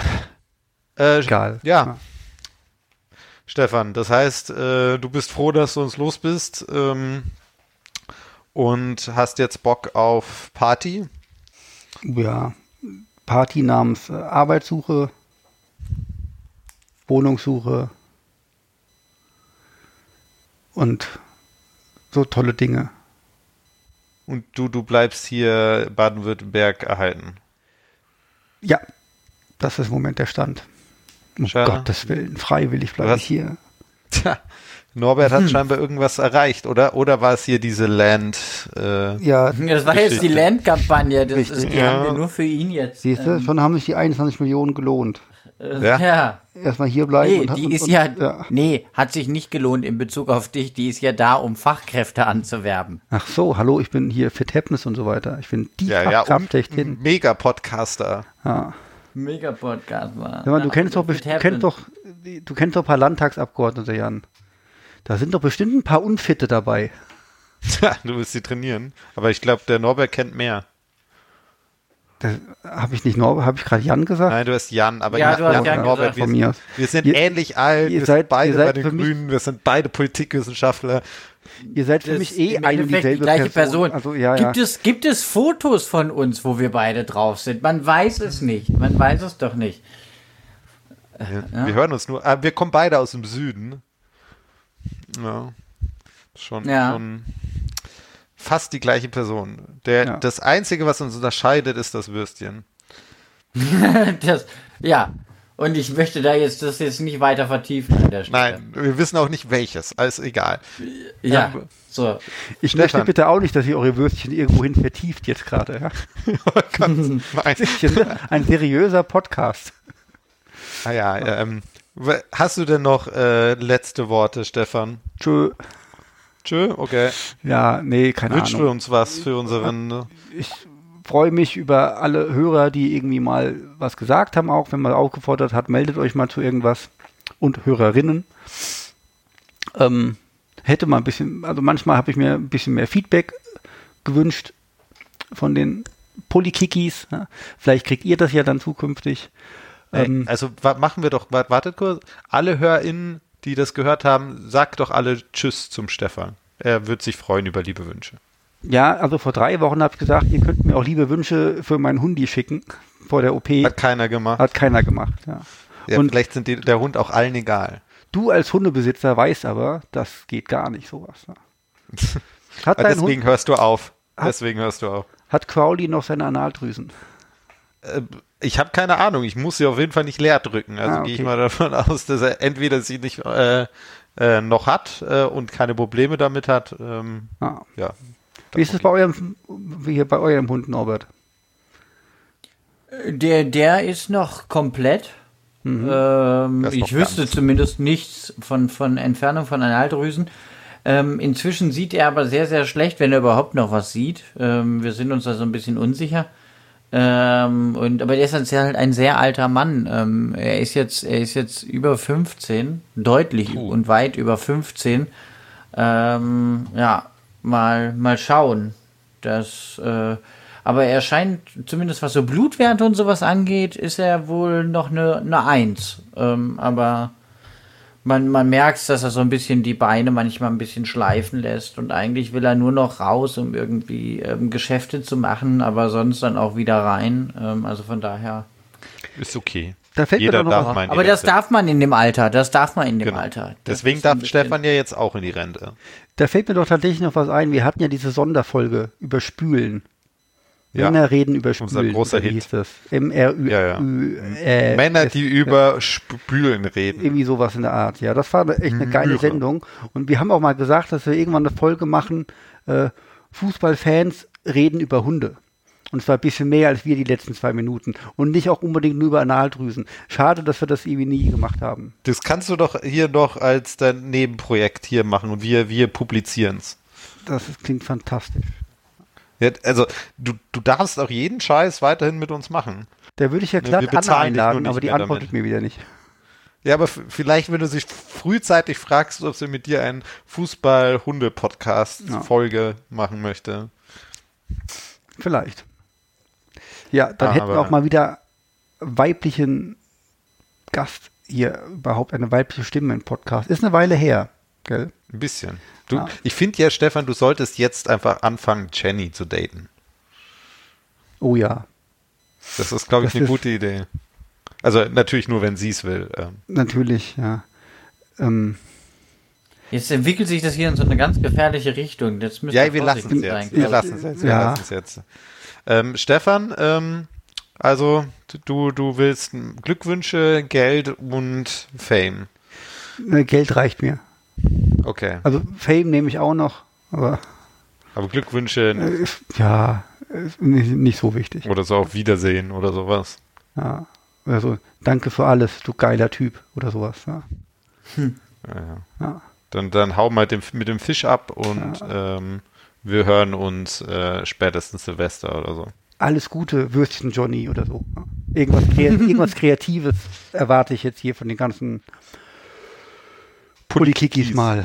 Speaker 2: Äh,
Speaker 1: Egal.
Speaker 2: Ja. Stefan, das heißt, äh, du bist froh, dass du uns los bist ähm, und hast jetzt Bock auf Party.
Speaker 1: Ja. Party namens äh, Arbeitssuche, Wohnungssuche und so tolle Dinge.
Speaker 2: Und du, du bleibst hier Baden-Württemberg erhalten.
Speaker 1: Ja, das ist im Moment der Stand. Um
Speaker 2: Schade.
Speaker 1: Gottes Willen, freiwillig bleibe
Speaker 2: Was?
Speaker 1: ich hier.
Speaker 2: Tja, Norbert
Speaker 1: Hm.
Speaker 2: hat scheinbar irgendwas erreicht, oder? Oder war es hier diese Land? Äh,
Speaker 1: Ja,
Speaker 3: Das war jetzt die Land-Kampagne. Das ist, die
Speaker 2: Ja.
Speaker 3: haben wir nur für ihn jetzt.
Speaker 1: siehst
Speaker 2: Ähm.
Speaker 1: du, schon haben sich die 21 Millionen gelohnt.
Speaker 3: Äh,
Speaker 2: Ja.
Speaker 3: ja.
Speaker 1: Erstmal hier bleiben.
Speaker 3: Nee,
Speaker 1: und-
Speaker 3: die
Speaker 1: und-
Speaker 3: ist
Speaker 1: und-
Speaker 3: ja, Nee, hat sich nicht gelohnt in Bezug auf dich. Die ist ja da, um Fachkräfte anzuwerben.
Speaker 1: Ach so, hallo, ich bin hier Fit Happiness und so weiter. Ich bin die
Speaker 2: ja, ja, und Mhm.
Speaker 1: Fachkraft schlechthin.
Speaker 2: ein Mega-Podcaster.
Speaker 1: Ja.
Speaker 3: Mega Podcast, Mann.
Speaker 1: Sag mal, du kennst doch,
Speaker 3: mit
Speaker 1: best- du kennst doch, du kennst doch ein paar Landtagsabgeordnete, Jan. Da sind doch bestimmt ein paar Unfitte dabei.
Speaker 2: Tja, du willst sie trainieren. Aber ich glaube, der Norbert kennt mehr.
Speaker 1: Habe ich nicht Norbert, habe ich gerade Jan gesagt?
Speaker 2: Nein, du hast Jan, aber
Speaker 3: Ja,
Speaker 2: Jan,
Speaker 3: du hast Jan
Speaker 2: Norbert,
Speaker 1: gesagt. Von
Speaker 2: wir,
Speaker 1: mir
Speaker 2: sind,
Speaker 1: aus.
Speaker 2: wir sind
Speaker 1: Ihr-
Speaker 2: ähnlich alt,
Speaker 1: ihr
Speaker 2: wir
Speaker 1: seid-
Speaker 2: sind beide
Speaker 1: ihr seid
Speaker 2: bei
Speaker 1: für
Speaker 2: den
Speaker 1: mich-
Speaker 2: Grünen, wir sind beide Politikwissenschaftler.
Speaker 1: Ihr seid für
Speaker 3: Das
Speaker 1: mich
Speaker 3: ist
Speaker 1: eh
Speaker 3: im
Speaker 1: eine und
Speaker 3: Endeffekt
Speaker 1: dieselbe
Speaker 3: die gleiche Person.
Speaker 1: Also, ja, ja.
Speaker 3: gibt, Es, gibt es Fotos von uns, wo wir beide drauf sind? Man weiß es nicht. Man weiß es doch nicht.
Speaker 2: Wir hören uns nur. Ah, wir kommen beide aus dem Süden. Ja. Schon,
Speaker 3: Ja.
Speaker 2: schon fast die gleiche Person. Der,
Speaker 1: Ja.
Speaker 2: Das Einzige, was uns unterscheidet, ist das Würstchen.
Speaker 3: Das, ja. Und ich möchte da jetzt das jetzt nicht weiter vertiefen an der Stelle.
Speaker 2: Nein, wir wissen auch nicht welches. Alles egal.
Speaker 3: Ja. So.
Speaker 1: ich
Speaker 2: Stefan.
Speaker 1: möchte bitte auch nicht, dass ihr eure Würstchen irgendwohin vertieft jetzt gerade. Ja?
Speaker 2: Nein.
Speaker 1: Hier sind Ein seriöser Podcast.
Speaker 2: Ah ja, ähm, w- hast du denn noch äh, letzte Worte, Stefan?
Speaker 1: Tschö.
Speaker 2: Tschö, okay.
Speaker 1: Ja, nee, keine
Speaker 2: Wünschen wir
Speaker 1: Ahnung.
Speaker 2: uns was für unseren. ne?
Speaker 1: Ich freue mich über alle Hörer, die irgendwie mal was gesagt haben, auch wenn man aufgefordert hat, meldet euch mal zu irgendwas. Und Hörerinnen. Ähm, hätte mal ein bisschen, also manchmal habe ich mir ein bisschen mehr Feedback gewünscht von den Polykikis. Ja? Vielleicht kriegt ihr das ja dann zukünftig. Äh, Ähm,
Speaker 2: Ey, also wa- machen wir doch, wa- wartet kurz. Alle HörerInnen, die das gehört haben, sagt doch alle Tschüss zum Stefan. Er wird sich freuen über liebe Wünsche.
Speaker 1: Ja, also vor drei Wochen habe ich gesagt, ihr könnt mir auch liebe Wünsche für meinen Hundi schicken. Vor der OP
Speaker 2: Hat
Speaker 1: hat,
Speaker 2: keiner gemacht.
Speaker 1: keiner gemacht. Ja.
Speaker 2: ja,
Speaker 1: und-
Speaker 2: vielleicht sind die, der Hund auch allen egal.
Speaker 1: Du als Hundebesitzer weißt aber, das geht gar nicht, sowas. Ne? Hat dein
Speaker 2: Deswegen
Speaker 1: Hund,
Speaker 2: hörst du auf.
Speaker 1: Hat-
Speaker 2: Deswegen hörst du auf.
Speaker 1: hat Crowley noch seine Analdrüsen?
Speaker 2: Ich habe keine Ahnung. Ich muss sie auf jeden Fall nicht leer drücken. Also
Speaker 1: Ah,
Speaker 2: gehe ich
Speaker 1: okay.
Speaker 2: mal davon aus, dass er entweder sie nicht äh, äh, noch hat äh, und keine Probleme damit hat. Ähm,
Speaker 1: Ah.
Speaker 2: ja.
Speaker 1: Wie ist es bei eurem, wie hier bei eurem Hund, Norbert?
Speaker 3: Der, der ist noch komplett. Ähm,
Speaker 2: Mhm. Der ist noch
Speaker 3: ich wüsste
Speaker 2: ganz.
Speaker 3: zumindest nichts von, von Entfernung von Analdrüsen. Ähm, inzwischen sieht er aber sehr, sehr schlecht, wenn er überhaupt noch was sieht. Ähm, wir sind uns da so ein bisschen unsicher. Ähm, und, aber der ist halt sehr- ein sehr alter Mann. Ähm, er, ist jetzt, er ist jetzt über 15, deutlich und weit über 15. Ähm, ja, mal, mal schauen. Das, äh, aber er scheint, zumindest was so Blutwerte und sowas angeht, ist er wohl noch eine, eine Eins. Ähm, aber man, man merkt, dass er so ein bisschen die Beine manchmal ein bisschen schleifen lässt und eigentlich will er nur noch raus, um irgendwie ähm, Geschäfte zu machen, aber sonst dann auch wieder rein. Ähm, also von daher.
Speaker 2: Ist okay.
Speaker 1: Da fällt mir
Speaker 2: Jeder
Speaker 1: doch noch
Speaker 2: darf
Speaker 1: was-
Speaker 2: mal in die
Speaker 3: Aber das
Speaker 2: Rente.
Speaker 3: darf man in dem Alter, das darf man in dem
Speaker 2: Genau.
Speaker 3: Alter. Das
Speaker 2: Deswegen
Speaker 3: ist ein
Speaker 2: darf
Speaker 3: bisschen-
Speaker 2: Stefan ja jetzt auch in die Rente.
Speaker 1: Da fällt mir doch tatsächlich noch was ein. Wir hatten ja diese Sonderfolge über Spülen.
Speaker 2: Ja.
Speaker 1: Männer reden über Spülen.
Speaker 2: Unser großer
Speaker 1: oder wie
Speaker 2: Hit.
Speaker 1: hieß das? MRÜ.
Speaker 2: Ja, ja.
Speaker 1: Äh,
Speaker 2: Männer,
Speaker 1: es-
Speaker 2: die über Spülen reden.
Speaker 1: Irgendwie sowas in der Art. Ja, das war eine- echt eine geile
Speaker 2: Möhre.
Speaker 1: Sendung. Und wir haben auch mal gesagt, dass wir irgendwann eine Folge machen, äh, Fußballfans reden über Hunde. Und zwar ein bisschen mehr als wir die letzten zwei Minuten. Und nicht auch unbedingt nur über Analdrüsen. Schade, dass wir das irgendwie nie gemacht haben.
Speaker 2: Das kannst du doch hier noch als dein Nebenprojekt hier machen und wir, wir publizieren es.
Speaker 1: Das ist, klingt fantastisch.
Speaker 2: Ja, also, du, du darfst auch jeden Scheiß weiterhin mit uns machen.
Speaker 1: Da würde ich ja
Speaker 2: Wir
Speaker 1: glatt
Speaker 2: bezahlen dich
Speaker 1: Anna
Speaker 2: nur
Speaker 1: einladen,
Speaker 2: nicht
Speaker 1: aber die
Speaker 2: mehr damit.
Speaker 1: antwortet mir wieder nicht.
Speaker 2: Ja, aber f- vielleicht, wenn du sich frühzeitig fragst, ob sie mit dir einen
Speaker 1: Ja.
Speaker 2: Fußball-Hunde-Podcast-Folge machen möchte.
Speaker 1: Vielleicht. Ja, dann
Speaker 2: Ah,
Speaker 1: hätten wir
Speaker 2: aber-
Speaker 1: auch mal wieder weiblichen Gast hier, überhaupt eine weibliche Stimme im Podcast. Ist eine Weile her, gell?
Speaker 2: Ein bisschen. Du,
Speaker 1: Ja.
Speaker 2: Ich finde ja, Stefan, du solltest jetzt einfach anfangen, Jenny zu daten.
Speaker 1: Oh ja,
Speaker 2: Das ist, glaube ich,
Speaker 1: Das
Speaker 2: eine
Speaker 1: ist-
Speaker 2: gute Idee. Also natürlich nur, wenn sie es will. Ähm,
Speaker 1: natürlich, ja. Ähm,
Speaker 3: Jetzt entwickelt sich das hier in so eine ganz gefährliche Richtung. Das müssen
Speaker 2: Ja, wir lassen es
Speaker 3: vorsichtig
Speaker 2: jetzt.
Speaker 3: glaub
Speaker 2: Wir
Speaker 3: ich.
Speaker 2: lassen es jetzt. Wir
Speaker 1: Ja.
Speaker 2: lassen es jetzt. Ähm, Stefan, ähm, also du, du willst Glückwünsche, Geld und Fame.
Speaker 1: ne, Geld reicht mir.
Speaker 2: Okay.
Speaker 1: Also Fame nehme ich auch noch, aber
Speaker 2: Aber Glückwünsche
Speaker 1: äh, ja, ist nicht, nicht so wichtig.
Speaker 2: oder so auf Wiedersehen oder sowas.
Speaker 1: Ja. Also, danke für alles, du geiler Typ oder sowas. Ja. Ja.
Speaker 2: Dann, dann hau mal dem, mit dem Fisch ab und ähm, wir hören uns äh, spätestens Silvester oder so.
Speaker 1: alles Gute, Würstchen Johnny oder so. Irgendwas, Krea irgendwas Kreatives erwarte ich jetzt hier von den ganzen Politikis mal.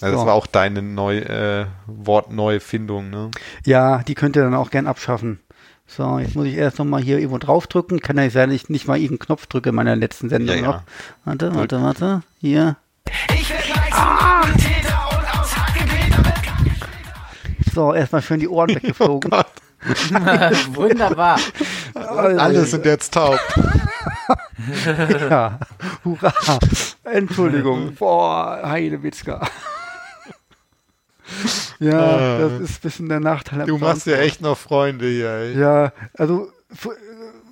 Speaker 2: Ja, das
Speaker 1: So.
Speaker 2: war auch deine neu, äh, Wortneufindung, ne?
Speaker 1: Ja, die könnt ihr dann auch gern abschaffen. So, jetzt muss ich erst nochmal hier irgendwo draufdrücken. Kann ja sein, dass ich nicht mal irgendeinen Knopf drücke in meiner letzten Sendung
Speaker 2: Ja, ja.
Speaker 1: noch. Warte, warte, warte. Hier.
Speaker 4: Ich werde leisten, ein Täter und aus Hackepeter wird
Speaker 1: So, erstmal schön die Ohren weggeflogen.
Speaker 2: Genau.
Speaker 3: Wunderbar.
Speaker 2: Alle sind jetzt taub.
Speaker 1: ja. Hurra. Entschuldigung. Boah, Heidewitzka. ja, das ist ein bisschen der Nachteil. am
Speaker 2: Äh. Du machst ja
Speaker 1: Soundboard.
Speaker 2: echt noch Freunde hier, ey.
Speaker 1: Ja, also für,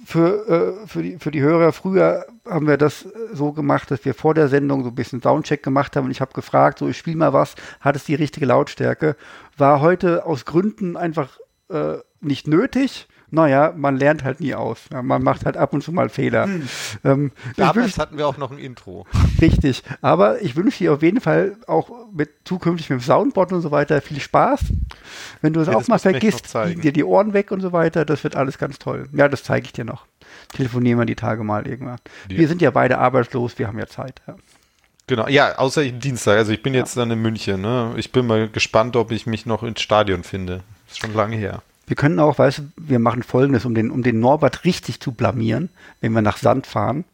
Speaker 1: für, äh, für, die, für die Hörer, früher haben wir das äh, so gemacht, dass wir vor der Sendung so ein bisschen Soundcheck gemacht haben und ich habe gefragt, so ich spiele mal was, hat es die richtige Lautstärke? War heute aus Gründen einfach äh, nicht nötig. Naja, man lernt halt nie aus. Ja, man macht halt ab und zu mal Fehler. Ähm, ich wünsch,
Speaker 2: Damals hatten wir auch noch ein Intro.
Speaker 1: richtig. Aber ich wünsche dir auf jeden Fall auch mit zukünftig mit dem Soundboard und so weiter viel Spaß. Wenn du es
Speaker 2: Ja,
Speaker 1: auch
Speaker 2: das
Speaker 1: mal
Speaker 2: musst du mir echt noch
Speaker 1: vergisst,
Speaker 2: zeigen.
Speaker 1: liegen dir die Ohren weg und so weiter. Das wird alles ganz toll. Ja, das zeige ich dir noch. Telefonieren wir die Tage mal irgendwann.
Speaker 2: Ja.
Speaker 1: Wir sind ja beide arbeitslos, wir haben ja Zeit. Ja.
Speaker 2: Genau, ja, außer ich- Dienstag. Also ich bin jetzt dann in München. Ne? Ich bin mal gespannt, ob ich mich noch ins Stadion finde. Ist schon lange her.
Speaker 1: Wir können auch, weißt du, wir machen folgendes, um den, um den Norbert richtig zu blamieren, wenn wir nach Sand fahren.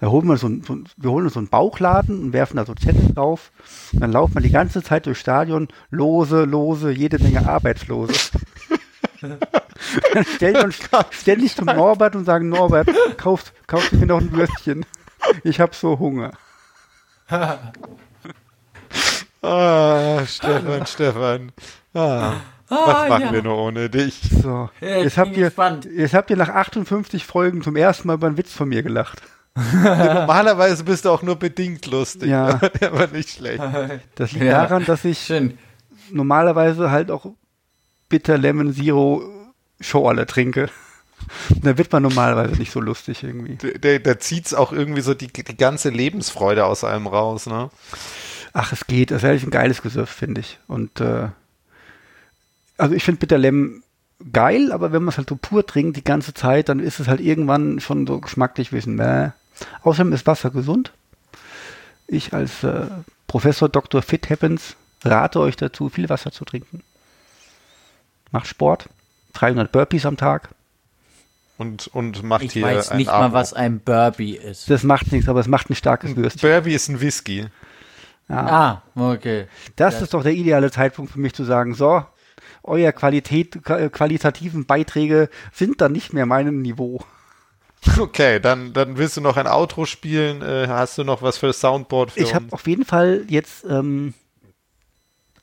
Speaker 1: Da holen wir so ein, so ein, wir holen uns so einen Bauchladen und werfen da so Zettel drauf. Und dann laufen wir die ganze Zeit durchs Stadion, lose, lose, jede Menge Arbeitslose. dann stellen wir uns ständig zum Norbert und sagen, Norbert, kauf, kauf mir noch ein Würstchen. Ich hab so Hunger.
Speaker 2: Ah, Stefan, Stefan. Ah, was machen wir nur ohne dich?
Speaker 1: So,
Speaker 3: Ja, ich
Speaker 1: jetzt
Speaker 3: bin
Speaker 1: habt, ihr,
Speaker 3: gespannt.
Speaker 1: jetzt habt ihr nach 58 Folgen zum ersten Mal über einen Witz von mir gelacht.
Speaker 2: Normalerweise bist du auch nur bedingt lustig. ne?
Speaker 1: Ja.
Speaker 2: Aber nicht schlecht.
Speaker 1: Das liegt
Speaker 3: Ja.
Speaker 1: daran, dass ich
Speaker 3: Schön.
Speaker 1: normalerweise halt auch Bitter Lemon Zero Show alle trinke. Da wird man normalerweise nicht so lustig irgendwie.
Speaker 2: Der, der, der zieht's auch irgendwie so die, die ganze Lebensfreude aus einem raus. Ne?
Speaker 1: Ach, es geht. Das ist ehrlich ein geiles Gesöff, finde ich. Und äh, also ich finde Bitter Lemon geil, aber wenn man es halt so pur trinkt die ganze Zeit, dann ist es halt irgendwann schon so geschmacklich wissen. ne? Mäh. Außerdem ist Wasser gesund. Ich als äh, Professor Dr. Fit Happens rate euch dazu, viel Wasser zu trinken. Macht Sport. 300 Burpees am Tag.
Speaker 2: Und, und macht
Speaker 3: Ich
Speaker 2: hier
Speaker 3: weiß
Speaker 2: ein
Speaker 3: nicht
Speaker 2: Abo.
Speaker 3: mal, was ein Burby ist.
Speaker 1: Das macht nichts, aber es macht ein starkes Würstchen.
Speaker 2: Burby ist ein Whisky.
Speaker 3: Ah, okay.
Speaker 1: Das ist doch der ideale Zeitpunkt für mich zu sagen, so, euer Qualität, äh, qualitativen Beiträge sind dann nicht mehr meinem Niveau.
Speaker 2: Okay, dann, dann willst du noch ein Outro spielen. Äh, hast du noch was für das Soundboard für
Speaker 1: Ich habe
Speaker 2: uns?
Speaker 1: auf jeden Fall jetzt ähm,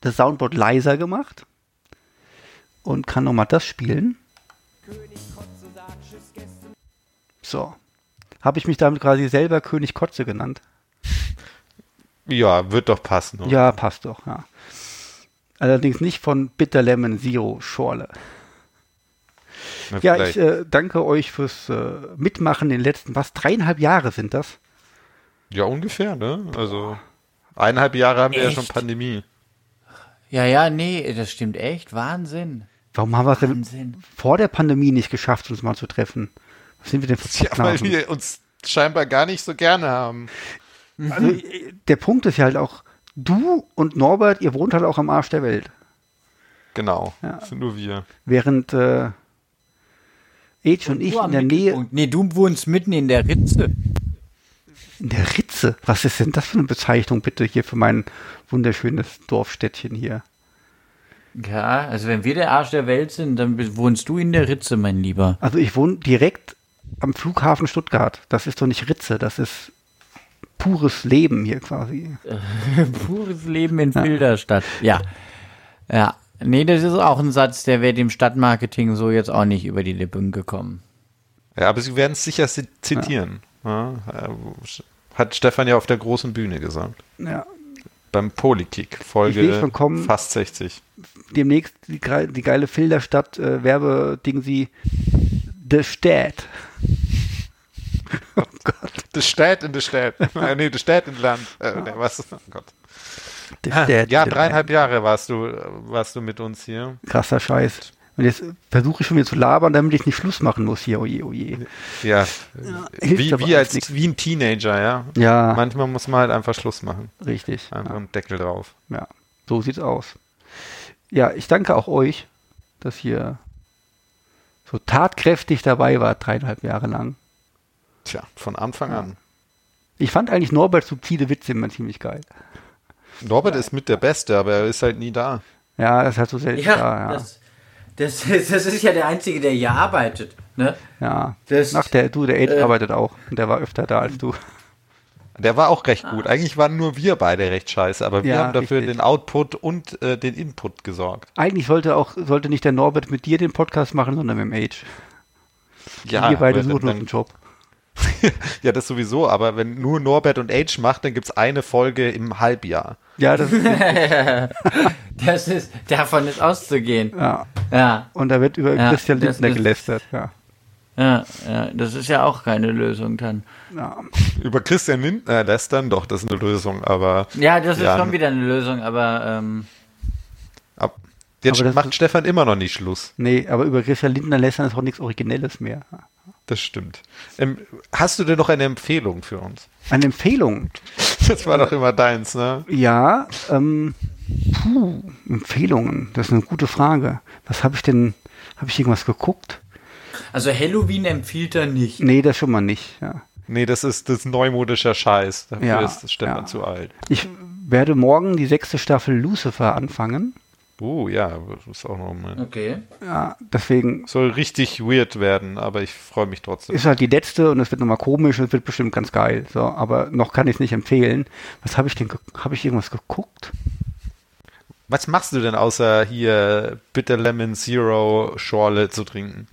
Speaker 1: das Soundboard leiser gemacht und kann nochmal das spielen. So. Habe ich mich damit quasi selber König Kotze genannt?
Speaker 2: Ja, wird doch passen. oder?
Speaker 1: Ja, passt doch, ja. Allerdings nicht von Bitter Lemon Zero Schorle.
Speaker 2: Na,
Speaker 1: Ja,
Speaker 2: Ne, vielleicht.
Speaker 1: ich äh, danke euch fürs äh, Mitmachen in den letzten, was, dreieinhalb Jahre sind das?
Speaker 2: ja, ungefähr, ne? Also eineinhalb Jahre haben wir ja
Speaker 3: Echt?
Speaker 2: schon Pandemie.
Speaker 3: Ja, ja, nee, das stimmt echt. Wahnsinn.
Speaker 1: Warum haben wir es denn
Speaker 3: Wahnsinn.
Speaker 1: vor der Pandemie nicht geschafft, uns mal zu treffen? Was sind wir denn für
Speaker 2: Ja, weil
Speaker 1: Knaben?
Speaker 2: wir uns scheinbar gar nicht so gerne haben.
Speaker 1: Also, äh, der Punkt ist ja halt auch, du und Norbert, ihr wohnt halt auch am Arsch der Welt.
Speaker 2: Genau, das sind nur wir.
Speaker 1: Während äh, Age und, ich in
Speaker 3: Du am
Speaker 1: der Nähe,
Speaker 3: Mittelpunkt. Nee, du wohnst mitten in der Ritze.
Speaker 1: in der Ritze. Was ist denn das für eine Bezeichnung bitte hier für mein wunderschönes Dorfstädtchen hier?
Speaker 3: Ja, also wenn wir der Arsch der Welt sind, dann be- wohnst du in der Ritze, mein Lieber.
Speaker 1: Also ich wohne direkt am Flughafen Stuttgart. Das ist doch nicht Ritze, das ist pures Leben hier quasi.
Speaker 3: Pures Leben in Filderstadt. Ja. Ja. Nee, das ist auch ein Satz, der wäre dem Stadtmarketing so jetzt auch nicht über die Lippen gekommen.
Speaker 2: Ja, aber sie werden es sicher zi- zitieren. Ja. äh, hat Stefan ja auf der großen Bühne gesagt.
Speaker 1: Ja,
Speaker 2: Beim Polykick,
Speaker 1: Ich will
Speaker 2: Folge
Speaker 1: schon kommen.
Speaker 2: fast 60.
Speaker 1: demnächst die, gre- die geile Filderstadt äh, Werbeding sie The Stadt. Oh Gott,
Speaker 2: Das steht in der Stadt. Äh, nee, das steht in Land. Äh, nee, was? Oh Gott.
Speaker 1: The Stadt.
Speaker 2: Ja, dreieinhalb Jahre warst du, warst du mit uns hier.
Speaker 1: Krasser Scheiß. Und jetzt äh, versuche ich schon wieder zu labern, damit ich nicht Schluss machen muss hier. Oh Oje, oje.
Speaker 2: Ja.
Speaker 1: hilft
Speaker 2: Wie,
Speaker 1: aber Ah.
Speaker 2: wie,
Speaker 1: alles
Speaker 2: als, wie ein Teenager, ja.
Speaker 1: Ja,
Speaker 2: Manchmal muss man halt einfach Schluss machen.
Speaker 1: richtig.
Speaker 2: Einfach
Speaker 1: Ja,
Speaker 2: einen Deckel drauf.
Speaker 1: ja, so sieht's aus. Ja, ich danke auch euch, dass ihr so tatkräftig dabei wart, dreieinhalb Jahre lang.
Speaker 2: Tja, von Anfang
Speaker 1: Ah.
Speaker 2: an.
Speaker 1: Ich fand eigentlich Norberts subtile Witze immer ziemlich geil.
Speaker 2: Norbert ist mit der Beste, aber er ist halt nie da.
Speaker 1: Ja, das hat so selten. da, ja.
Speaker 3: das, das ist ja der Einzige, der hier arbeitet. Ne?
Speaker 1: Ja.
Speaker 3: Das-
Speaker 1: Ach, der, du, der Ed
Speaker 3: äh,
Speaker 1: arbeitet auch. Und der war öfter da als du.
Speaker 2: Der war auch recht gut. Eigentlich waren nur wir beide recht scheiße, aber wir
Speaker 1: Ah. Ja,
Speaker 2: haben dafür
Speaker 1: richtig.
Speaker 2: den Output und äh, den Input gesorgt.
Speaker 1: Eigentlich sollte auch, sollte nicht der Norbert mit dir den Podcast machen, sondern mit dem Age.
Speaker 2: Ja,
Speaker 1: Wir beide
Speaker 2: aber
Speaker 1: suchen uns
Speaker 2: dann-
Speaker 1: einen Job.
Speaker 2: ja, das sowieso, aber wenn nur Norbert und Age macht, dann gibt es eine Folge im Halbjahr.
Speaker 1: Ja, das ist,
Speaker 3: Das ist, davon ist auszugehen.
Speaker 1: ja.
Speaker 3: Ja,
Speaker 1: Und da wird über
Speaker 3: Ja,
Speaker 1: Christian
Speaker 3: das
Speaker 1: Lindner
Speaker 3: ist-
Speaker 1: gelästert. Ja.
Speaker 3: ja, ja, das ist ja auch keine Lösung dann.
Speaker 1: Ja.
Speaker 2: Über Christian Lindner lästern, doch, das ist eine Lösung, aber
Speaker 3: Ja, das ist
Speaker 2: Ja,
Speaker 3: schon
Speaker 2: ne.
Speaker 3: wieder eine Lösung, aber ähm,
Speaker 2: ab, jetzt
Speaker 1: Aber das
Speaker 2: macht
Speaker 1: ist-
Speaker 2: Stefan immer noch nicht Schluss.
Speaker 1: Nee, aber über Christian Lindner lästern ist auch nichts Originelles mehr.
Speaker 2: Das stimmt. Ähm, hast du denn noch eine Empfehlung für uns?
Speaker 1: Eine Empfehlung.
Speaker 2: Das war doch immer deins, ne?
Speaker 1: Ja, ähm, puh, Empfehlungen. Das ist eine gute Frage. Was habe ich denn, habe ich irgendwas geguckt?
Speaker 3: also Halloween empfiehlt er nicht.
Speaker 1: Nee, das schon mal nicht. Ja.
Speaker 2: Nee, das ist das neumodischer Scheiß. Dafür
Speaker 1: Ja,
Speaker 2: ist Stefan
Speaker 1: ja.
Speaker 2: zu alt.
Speaker 1: Ich werde morgen die sechste Staffel Lucifer anfangen.
Speaker 2: Oh ja, das ist auch noch mal.
Speaker 3: Okay.
Speaker 1: Ja, deswegen
Speaker 2: Soll richtig weird werden, aber ich freue mich trotzdem.
Speaker 1: ist halt die letzte und es wird nochmal komisch und es wird bestimmt ganz geil. So, aber noch kann ich es nicht empfehlen. Was habe ich denn, habe ich irgendwas geguckt?
Speaker 2: Was machst du denn außer hier Bitter Lemon Zero Schorle zu trinken?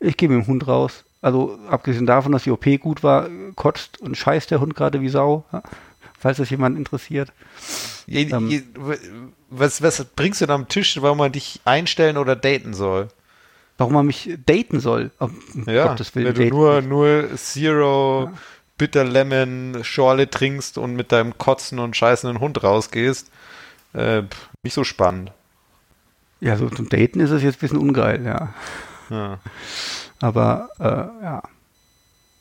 Speaker 1: Ich gehe mit dem Hund raus. Also abgesehen davon, dass die OP gut war, kotzt und scheißt der Hund gerade wie Sau. Ja, Falls das jemand interessiert.
Speaker 2: Je, je,
Speaker 1: Ähm.
Speaker 2: was, was bringst du denn am Tisch, warum man dich einstellen oder daten soll?
Speaker 1: Warum man mich daten soll. Oh, um
Speaker 2: Ja,
Speaker 1: Gottes Willen.
Speaker 2: wenn du
Speaker 1: daten.
Speaker 2: nur, nur Zero Bitter Lemon Schorle trinkst und mit deinem kotzen und scheißenden Hund rausgehst, äh, pf, nicht so spannend.
Speaker 1: ja, so zum Daten ist es jetzt ein bisschen ungeil, ja.
Speaker 2: Ja.
Speaker 1: Aber äh, ja.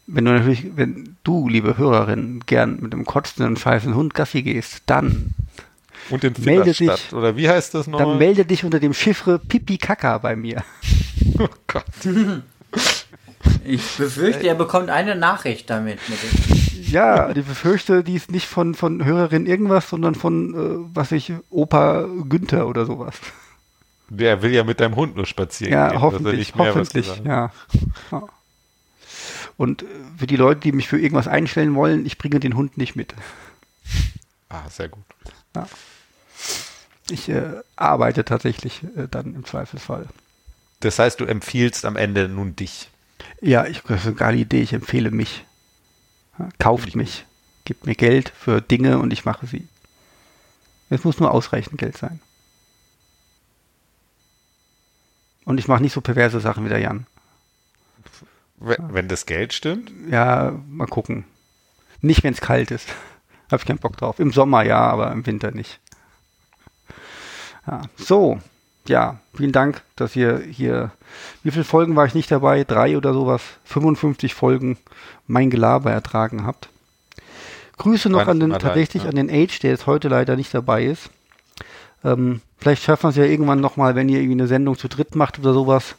Speaker 1: Wenn du natürlich, wenn du, liebe Hörerin, gern mit einem kotzenden und scheißenden Hund Gassi gehst, dann
Speaker 2: Und in
Speaker 1: Melde dich.
Speaker 2: Finnerstadt. Oder wie heißt das
Speaker 1: Dann
Speaker 2: nochmal?
Speaker 1: melde dich unter dem Chiffre Pipi Kaka bei mir.
Speaker 2: Oh Gott.
Speaker 3: Ich äh, befürchte, er bekommt eine Nachricht damit. Mit dem-
Speaker 1: Ja, ich befürchte, die ist nicht von, von Hörerin irgendwas, sondern von, äh, was ich, Opa Günther oder sowas.
Speaker 2: Der will ja mit deinem Hund nur spazieren
Speaker 1: Ja,
Speaker 2: gehen. dass er
Speaker 1: hoffentlich,
Speaker 2: nicht mehr was
Speaker 1: hoffentlich,
Speaker 2: gesagt hat.
Speaker 1: ja. ja. Und äh, für die Leute, die mich für irgendwas einstellen wollen, ich bringe den Hund nicht mit.
Speaker 2: Ah, sehr gut.
Speaker 1: Ich äh, arbeite tatsächlich äh, dann im Zweifelsfall.
Speaker 2: Das heißt, du empfiehlst am Ende nun dich.
Speaker 1: Ja, ich das ist eine geile Idee, ich empfehle mich. Ja, kauft mich. Gebt mir Geld für Dinge und ich mache sie. Es muss nur ausreichend Geld sein. Und ich mache nicht so perverse Sachen wie der Jan.
Speaker 2: Wenn, wenn das Geld stimmt.
Speaker 1: Ja, mal gucken. Nicht, wenn es kalt ist. Habe ich keinen Bock drauf. Im Sommer ja, aber im Winter nicht. Ja. So, ja, vielen Dank, dass ihr hier. Wie viele Folgen war ich nicht dabei? Drei oder sowas? 55 Folgen mein Gelaber ertragen habt. Grüße noch an den,
Speaker 2: Weihnachten
Speaker 1: tatsächlich an
Speaker 2: allein,
Speaker 1: den Age, der jetzt heute leider nicht dabei ist. Ähm, vielleicht schaffen wir es ja irgendwann nochmal, wenn ihr irgendwie eine Sendung zu dritt macht oder sowas,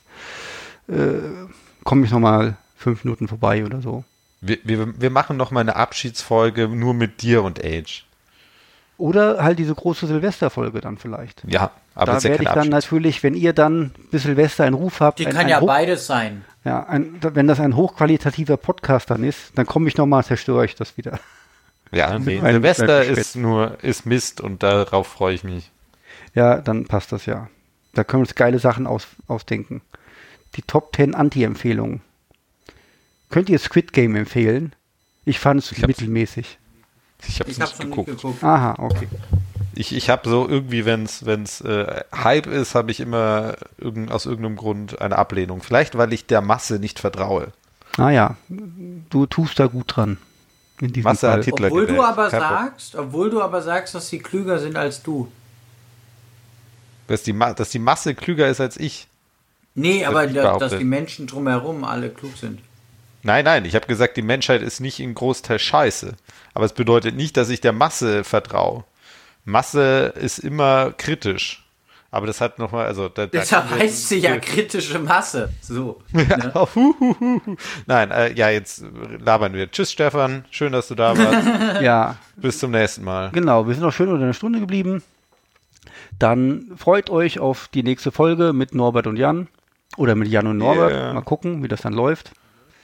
Speaker 1: äh, komme ich nochmal fünf Minuten vorbei oder so.
Speaker 2: Wir, wir, wir machen nochmal eine Abschiedsfolge nur mit dir und Age.
Speaker 1: Oder halt diese große Silvesterfolge dann vielleicht.
Speaker 2: Ja, aber
Speaker 1: da
Speaker 2: sehr
Speaker 1: werde ich dann natürlich, wenn ihr dann bis Silvester einen Ruf habt,
Speaker 3: Die
Speaker 1: ein,
Speaker 3: kann
Speaker 1: ein
Speaker 3: ja
Speaker 1: hoch,
Speaker 3: beides sein.
Speaker 1: ja, ein, da- wenn das ein hochqualitativer Podcast dann ist, dann komme ich nochmal, zerstöre ich das wieder.
Speaker 2: Ja, nee,
Speaker 1: Weil-
Speaker 2: Silvester
Speaker 1: weil-
Speaker 2: ist nur ist Mist und darauf freue ich mich.
Speaker 1: Ja, dann passt das ja. Da können wir uns geile Sachen aus, ausdenken. Die Top 10 Anti-Empfehlungen. Könnt ihr Squid Game empfehlen? Ich fand es
Speaker 2: hab's-
Speaker 1: mittelmäßig.
Speaker 2: Ich habe
Speaker 3: Ich
Speaker 2: nicht
Speaker 3: hab's noch
Speaker 2: geguckt.
Speaker 3: nicht geguckt.
Speaker 1: Aha, okay.
Speaker 2: Ich, ich habe so irgendwie, wenn es wenn's, äh, Hype ist, habe ich immer irgend, aus irgendeinem Grund eine Ablehnung. Vielleicht, weil ich der Masse nicht vertraue.
Speaker 1: Naja, Ah du tust da gut dran. In diesem
Speaker 2: Masse
Speaker 1: Fall.
Speaker 2: hat Hitler
Speaker 3: Obwohl du
Speaker 2: gewählt.
Speaker 3: aber
Speaker 2: Kein Problem.
Speaker 3: sagst, obwohl du aber sagst, dass sie klüger sind als du.
Speaker 2: Dass die, Ma dass die Masse klüger ist als ich.
Speaker 3: Nee, aber
Speaker 2: ich
Speaker 3: da, dass
Speaker 2: behaupte.
Speaker 3: die Menschen drumherum alle klug sind.
Speaker 2: Nein, nein, ich habe gesagt, die Menschheit ist nicht in Großteil scheiße. Aber es bedeutet nicht, dass ich der Masse vertraue. Masse ist immer kritisch. Aber das hat nochmal, also da, da
Speaker 3: Deshalb
Speaker 2: können wir-
Speaker 3: heißt sie ja kritische Masse. So.
Speaker 1: ne?
Speaker 3: Ne?
Speaker 2: Ja. Huhuhuhu. Nein, äh, ja, jetzt labern wir. Tschüss, Stefan. Schön, dass du da warst.
Speaker 1: Ja.
Speaker 2: Bis zum nächsten Mal.
Speaker 1: Genau, wir sind auch schön unter einer Stunde geblieben. Dann freut euch auf die nächste Folge mit Norbert und Jan. Oder mit Jan und Norbert.
Speaker 2: Yeah.
Speaker 1: Mal gucken, wie das dann läuft.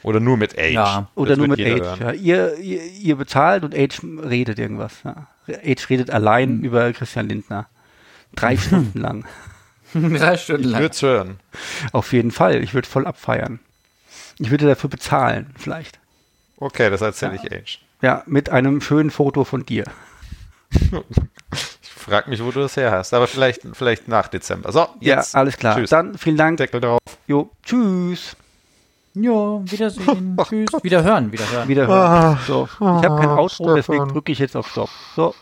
Speaker 2: Oder nur mit Age.
Speaker 3: Ja.
Speaker 1: Oder
Speaker 2: Das
Speaker 1: nur
Speaker 2: wird
Speaker 1: mit
Speaker 2: jeder
Speaker 1: Age. Ja,
Speaker 2: hören.
Speaker 1: ihr, ihr, ihr bezahlt und Age redet irgendwas. Ja. Age redet allein
Speaker 2: Mhm.
Speaker 1: über Christian Lindner. Drei Stunden lang.
Speaker 3: Drei Stunden
Speaker 2: Ich
Speaker 3: lang.
Speaker 2: würde hören.
Speaker 1: Auf jeden Fall. Ich würde voll abfeiern. Ich würde dafür bezahlen, vielleicht.
Speaker 2: Okay, das erzähle ich Age.
Speaker 1: Ja, mit einem schönen Foto von dir.
Speaker 2: Ich frage mich, wo du das her hast. Aber vielleicht, vielleicht nach Dezember. So, jetzt.
Speaker 1: Ja, alles klar.
Speaker 2: Tschüss.
Speaker 1: Dann vielen Dank.
Speaker 2: Deckel drauf.
Speaker 1: Jo, tschüss.
Speaker 3: Jo, wiedersehen. Tschüss. Wieder hören, wieder hören.
Speaker 1: Wiederhören. so. Ich habe kein Outro, deswegen drücke ich jetzt auf Stopp. So.